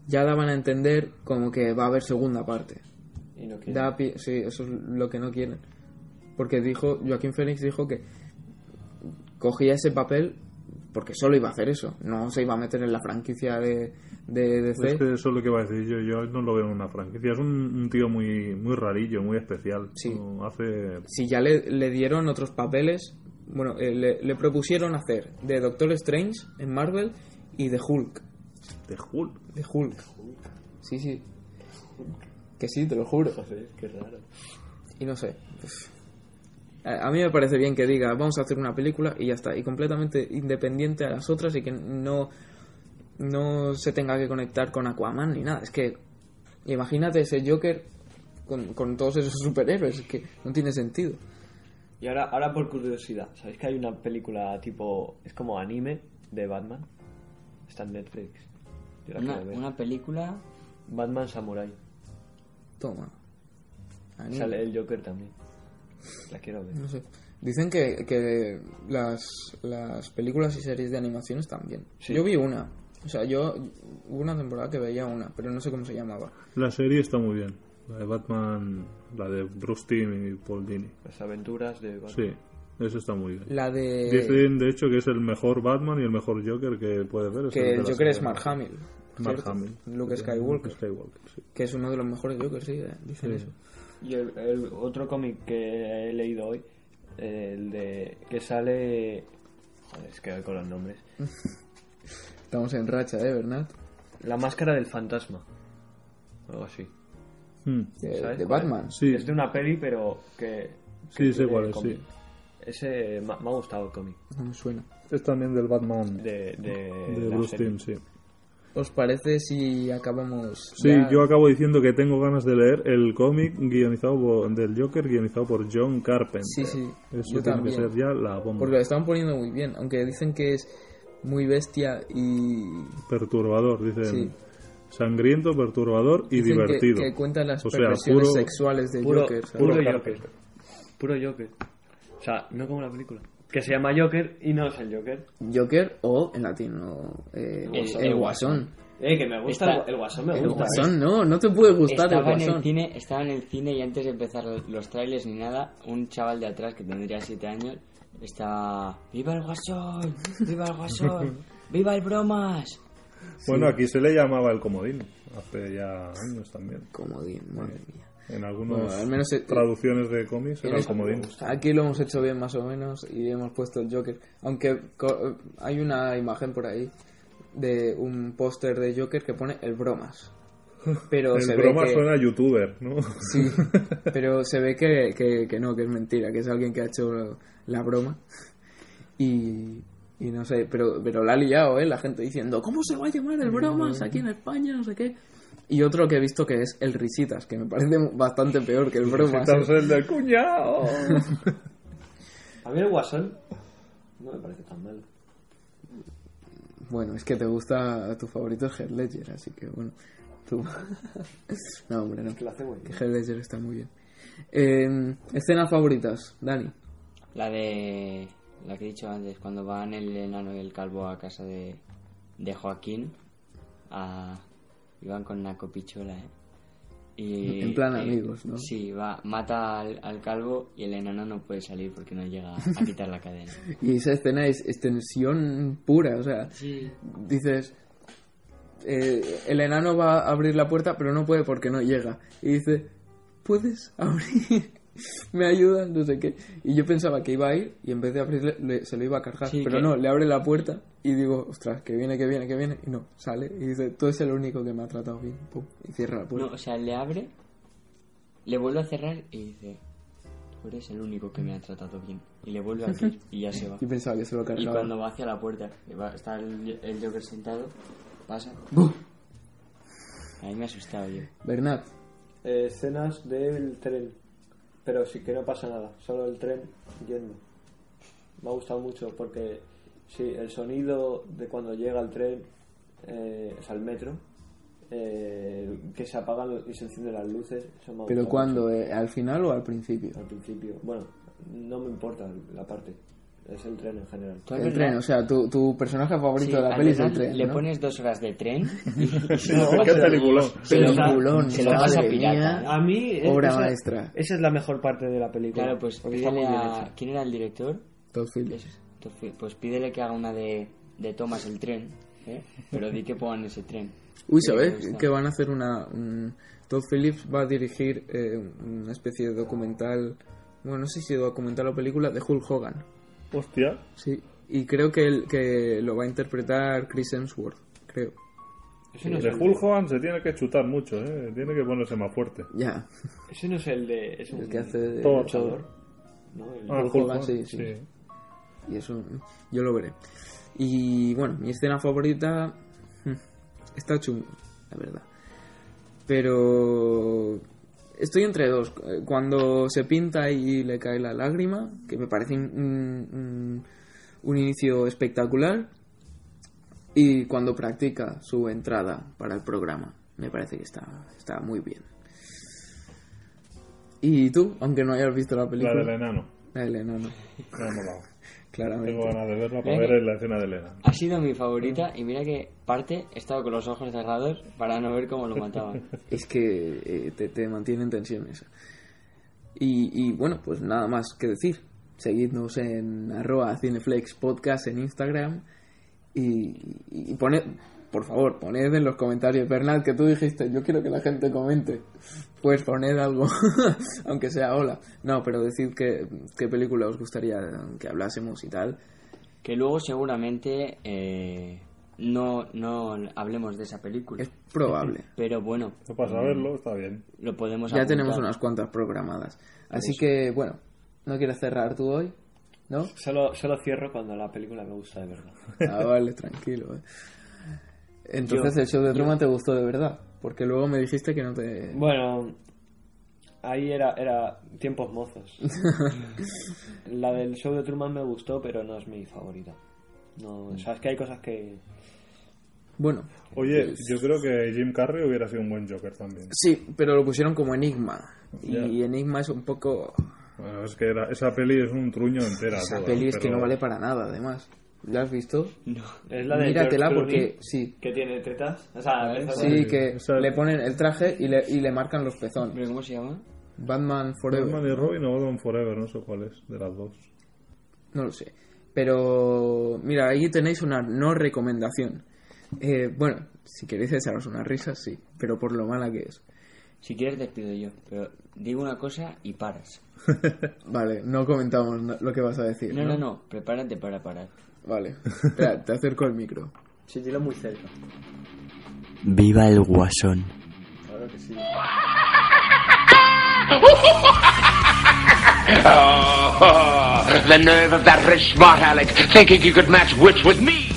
Speaker 1: ya daban a entender como que va a haber segunda parte.
Speaker 9: Y no quiero-
Speaker 1: Da pie- sí, eso es lo que no quieren. Porque dijo, Joaquín Félix dijo que cogía ese papel porque solo iba a hacer eso, no se iba a meter en la franquicia de, de DC.
Speaker 3: Es que eso es lo que iba a decir yo. Yo no lo veo en una franquicia. Es un, un tío muy, muy rarillo, muy especial.
Speaker 1: Sí.
Speaker 3: No hace.
Speaker 1: Si ya le, le dieron otros papeles, bueno, eh, le, le propusieron hacer de Doctor Strange en Marvel y de Hulk.
Speaker 3: de Hulk.
Speaker 1: De Hulk. Sí, sí. Que sí, te lo juro.
Speaker 9: Joder, qué raro.
Speaker 1: Y no sé. pues, a a mí me parece bien que diga, vamos a hacer una película y ya está. Y completamente independiente a las otras y que no, no se tenga que conectar con Aquaman ni nada. Es que imagínate ese Joker con, con todos esos superhéroes. Es que no tiene sentido.
Speaker 4: Y ahora, ahora por curiosidad, ¿sabéis que hay una película tipo. es como anime de Batman? Está en Netflix. Yo la
Speaker 2: Una,
Speaker 4: quiero ver.
Speaker 2: una película.
Speaker 4: Batman Samurai.
Speaker 1: Toma. Anime.
Speaker 4: Sale el Joker también. La quiero ver.
Speaker 1: No sé. Dicen que, que las, las películas y series de animación están bien.
Speaker 4: Sí.
Speaker 1: Yo vi una. O sea, yo hubo una temporada que veía una, pero no sé cómo se llamaba.
Speaker 3: La serie está muy bien. La de Batman, la de Bruce Timm y Paul Dini.
Speaker 4: Las aventuras de Batman.
Speaker 3: Sí, eso está muy bien.
Speaker 1: La de...
Speaker 3: Dicen, de hecho, que es el mejor Batman y el mejor Joker que puedes ver. es
Speaker 1: que
Speaker 3: Pues de
Speaker 1: el
Speaker 3: la
Speaker 1: Joker es
Speaker 3: serie.
Speaker 1: Mark Hamill.
Speaker 3: Mark
Speaker 1: ¿cierto?
Speaker 3: Hamill.
Speaker 1: Luke
Speaker 3: Sí,
Speaker 1: Skywalker.
Speaker 3: Skywalker, sí.
Speaker 1: Que es uno de los mejores Jokers, sí, eh, dicen
Speaker 3: Sí.
Speaker 1: eso.
Speaker 4: Y el, el otro cómic que he leído hoy, el de. que sale. Joder, es que voy con los nombres.
Speaker 1: Estamos en racha, ¿eh, Bernat?
Speaker 4: La máscara del fantasma. Algo así.
Speaker 3: Hmm.
Speaker 1: De,
Speaker 4: ¿Sabes
Speaker 1: de
Speaker 4: cuál es?
Speaker 1: Batman.
Speaker 3: Sí,
Speaker 4: Es de una peli, pero que.
Speaker 3: Sí,
Speaker 4: que
Speaker 3: sé
Speaker 4: tiene
Speaker 3: cuál es,
Speaker 4: cómic.
Speaker 3: sí.
Speaker 4: Ese me, ha- me ha gustado el cómic.
Speaker 1: No me suena.
Speaker 3: es también del Batman de,
Speaker 4: De, de, la
Speaker 3: Bruce
Speaker 4: serie.
Speaker 3: Timm, sí.
Speaker 1: ¿Os parece si acabamos?
Speaker 3: Sí,
Speaker 1: ya?
Speaker 3: yo acabo diciendo que tengo ganas de leer el cómic guionizado por- del Joker guionizado por John Carpenter.
Speaker 1: Sí, sí,
Speaker 3: Eso
Speaker 1: yo
Speaker 3: tiene
Speaker 1: también.
Speaker 3: que ser ya la bomba.
Speaker 1: Porque lo están poniendo muy bien, aunque dicen que es muy bestia y
Speaker 3: Perturbador, dicen.
Speaker 1: Sí.
Speaker 3: Sangriento, perturbador y
Speaker 1: Dicen que-
Speaker 3: divertido.
Speaker 1: Que, cuentan las
Speaker 3: O sea,
Speaker 1: perversiones
Speaker 3: puro-
Speaker 1: sexuales de
Speaker 4: Puro,
Speaker 1: Joker. ¿sabes?
Speaker 4: puro
Speaker 3: Puro
Speaker 4: Joker. Puro Joker. O sea, no como la película. Que se llama Joker y no es el Joker.
Speaker 1: Joker o en latino eh,
Speaker 2: Guasón.
Speaker 1: el guasón.
Speaker 9: Eh, que me gusta
Speaker 2: Está-
Speaker 9: el guasón, me
Speaker 1: El
Speaker 9: gusta.
Speaker 1: guasón no, no te puede gustar el
Speaker 2: Estaba en
Speaker 1: guasón.
Speaker 2: el cine, estaba en el cine y antes de empezar los trailers ni nada, un chaval de atrás que tendría 7 años estaba ¡Viva el guasón! ¡Viva el guasón! ¡Viva el bromas!
Speaker 3: Bueno, aquí se le llamaba el comodín, hace ya años también.
Speaker 1: Como bien, madre mía.
Speaker 3: En algunas
Speaker 1: Bueno, al menos, eh,
Speaker 3: traducciones de cómics era el
Speaker 1: eres-
Speaker 3: comodín.
Speaker 1: Aquí lo hemos hecho bien más o menos y hemos puesto el Joker. Aunque co- hay una imagen por ahí de un póster de Joker que pone el bromas. Pero se
Speaker 3: el
Speaker 1: ve
Speaker 3: broma
Speaker 1: que...
Speaker 3: suena a youtuber, ¿no?
Speaker 1: Sí, pero se ve que, que- que no, que es mentira, que es alguien que ha hecho la broma. Y, y no sé, pero, pero la ha liado, ¿eh? La gente diciendo, ¿cómo se va a llamar el bromas aquí en España? No sé qué. Y otro que he visto que es el Risitas, que me parece bastante peor que el bromas.
Speaker 3: Quitarse el del cuñado.
Speaker 4: eh.
Speaker 9: A mí el guasón no me parece tan malo.
Speaker 1: Bueno, es que te gusta, tu favorito es Heath Ledger, así que bueno, tú... no, hombre, no.
Speaker 9: Que lo hace muy
Speaker 1: Que
Speaker 9: bien.
Speaker 1: Heath Ledger está muy bien. Eh, escenas favoritas, Dani.
Speaker 2: La de. La que he dicho antes, cuando van el enano y el calvo a casa de, de Joaquín. A, iban con una copichola, ¿eh? Y,
Speaker 1: En plan amigos, ¿no?
Speaker 2: Sí, va, mata al, al calvo y el enano no puede salir porque no llega a quitar la cadena.
Speaker 1: Y esa escena es, es tensión pura, o sea,
Speaker 2: Sí.
Speaker 1: dices, eh, el enano va a abrir la puerta, pero no puede porque no llega. Y dice, ¿puedes abrir? ¿Me ayudas? No sé qué. Y yo pensaba que iba a ir y en vez de abrirle le- se lo iba a cargar,
Speaker 2: Sí,
Speaker 1: pero
Speaker 2: que-
Speaker 1: no, le abre la puerta y digo, ostras, que viene, que viene, que viene. Y no, sale y dice, tú eres el único que me ha tratado bien. Pum, y cierra la
Speaker 2: No,
Speaker 1: puerta.
Speaker 2: o sea, le abre, le vuelve a cerrar y dice: Tú eres el único que me ha tratado bien. Y le vuelve a abrir y ya se va.
Speaker 1: Y pensaba que se lo
Speaker 2: Y
Speaker 1: cargaba.
Speaker 2: cuando va hacia la puerta, que va- está el, el Joker sentado, pasa. A mí me ha asustado yo.
Speaker 1: Bernat,
Speaker 9: Eh, escenas del tren. Pero sí que no pasa nada, solo el tren yendo. Me ha gustado mucho porque sí, el sonido de cuando llega el tren, eh, o sea, el metro, eh, que se apagan lo- y se encienden las luces, eso me ha
Speaker 2: Oh,
Speaker 1: ¿pero
Speaker 9: gustado
Speaker 1: cuándo? eh, ¿Al final o al principio?
Speaker 9: mucho Al principio. Bueno, no me importa la parte, es el tren en general.
Speaker 2: ¿Tú al
Speaker 1: El
Speaker 2: verdad-
Speaker 1: tren, o sea, tu, tu personaje favorito
Speaker 2: sí,
Speaker 1: de la
Speaker 2: al
Speaker 1: peli es el
Speaker 2: verdad
Speaker 1: tren.
Speaker 2: Le
Speaker 1: ¿no?
Speaker 2: pones dos horas de tren y,
Speaker 3: ¡Qué peliculón!
Speaker 2: se lo,
Speaker 1: Peliculón,
Speaker 2: se lo pasa
Speaker 1: madre
Speaker 2: pirata.
Speaker 1: mía.
Speaker 4: A mí.
Speaker 9: eh,
Speaker 4: es-
Speaker 1: Obra
Speaker 4: esa-
Speaker 1: maestra.
Speaker 4: Esa es la mejor parte de la película.
Speaker 2: Claro, pues
Speaker 4: Porque está muy
Speaker 2: pídele
Speaker 4: bien
Speaker 2: a-
Speaker 4: hecha.
Speaker 2: ¿Quién era el director?
Speaker 1: Todd Phillips.
Speaker 2: Pues- Pues pídele que haga una de, de Thomas el tren, ¿eh? pero di que pongan ese tren.
Speaker 1: Uy,
Speaker 2: Dile que
Speaker 1: ¿sabes?
Speaker 2: gusta.
Speaker 1: Que van a hacer una... un- Todd Phillips va a dirigir eh, una especie de documental... Bueno, no sé si documental o película de Hulk Hogan.
Speaker 3: Hostia,
Speaker 1: Sí. Y creo que, el- que lo va a interpretar Chris Hemsworth, creo.
Speaker 4: Ese no, es
Speaker 3: De
Speaker 4: el,
Speaker 3: Hulk Hogan se tiene que chutar mucho, ¿eh? Tiene que ponerse más fuerte.
Speaker 1: Ya.
Speaker 4: ese no es el de. Es un
Speaker 1: El que hace de-
Speaker 3: Thor.
Speaker 4: luchador, ¿no? El-
Speaker 3: Ah,
Speaker 1: Hulk Hogan, sí, sí. Y eso yo lo veré. Y bueno, mi escena favorita hmm, está chungo, la verdad. Pero estoy entre dos. Eh, Cuando se pinta y le cae la lágrima, que me parece un, un- un inicio espectacular. Y cuando practica su entrada para el programa, me parece que está, está muy bien. ¿Y tú? Aunque no hayas visto la
Speaker 3: La
Speaker 1: película.
Speaker 3: del enano.
Speaker 1: La del enano,
Speaker 3: Me ha molado.
Speaker 1: claramente.
Speaker 3: Tengo ganas de verla para
Speaker 2: Venga.
Speaker 3: ver la escena del enano.
Speaker 2: Ha sido mi favorita y mira que parte he estado con los ojos cerrados para no ver cómo lo mataban.
Speaker 1: Es que eh, te, te mantiene en tensión esa. Y, y bueno, pues nada más que decir. Seguidnos en arroba Cineflex Podcast en Instagram. Y, y poned, por favor, poned en los comentarios, Bernal, que tú dijiste, yo quiero que la gente comente. Pues poned algo, aunque sea hola. No, pero decid qué, qué película os gustaría que hablásemos y tal.
Speaker 2: Que luego seguramente eh, no, no hablemos de esa película.
Speaker 1: Es probable.
Speaker 2: Pero bueno,
Speaker 3: Eso para saberlo está bien.
Speaker 2: lo podemos
Speaker 1: Ya tenemos
Speaker 2: apuntar.
Speaker 1: unas cuantas programadas. Así que, bueno, ¿no quieres cerrar tú hoy? ¿No?
Speaker 4: Solo, solo cierro cuando la película me gusta de verdad.
Speaker 1: Ah, vale, tranquilo. eh. Entonces el show de Truman te gustó de verdad, porque luego me dijiste que no te...
Speaker 4: Bueno, ahí era, era tiempos mozos. la del show de Truman me gustó, pero no es mi favorita. No, o sea, es que hay cosas que...
Speaker 1: Bueno,
Speaker 3: Oye,
Speaker 1: Pues
Speaker 3: yo creo que Jim Carrey hubiera sido un buen Joker también.
Speaker 1: sí, pero lo pusieron como enigma.
Speaker 3: Ya.
Speaker 1: Y enigma es un poco...
Speaker 3: Bueno, es que era- esa peli es un truño entera.
Speaker 1: Esa
Speaker 3: toda,
Speaker 1: peli es que
Speaker 3: Ah, pero-
Speaker 1: no vale para nada, además. ¿La has visto?
Speaker 9: Es la de
Speaker 1: Míratela
Speaker 9: George
Speaker 1: porque
Speaker 9: Clooney,
Speaker 1: sí.
Speaker 9: Que tiene tetas. O sea, es-
Speaker 1: Sí, que
Speaker 3: Esa-
Speaker 1: le ponen el traje y le, y le marcan los
Speaker 2: ¿Pero
Speaker 1: pezones.
Speaker 2: cómo se llama?
Speaker 1: Batman Forever.
Speaker 3: Batman y Robin o Batman Forever, no sé cuál es, de las dos.
Speaker 1: No lo sé. Pero, mira, ahí tenéis una no recomendación. Eh, bueno, si queréis echaros unas risas, sí, pero por lo mala que es.
Speaker 2: Si quieres despido yo, pero digo una cosa y paras.
Speaker 1: Vale, no comentamos na- lo que vas a decir.
Speaker 2: No,
Speaker 1: No,
Speaker 2: no, no, prepárate para parar.
Speaker 1: Vale, Espera, te acerco el micro.
Speaker 9: sí, dilo muy cerca.
Speaker 2: Viva el guasón.
Speaker 9: Claro que sí.
Speaker 10: the nerve of that rich smart Alec thinking you could match wits with me.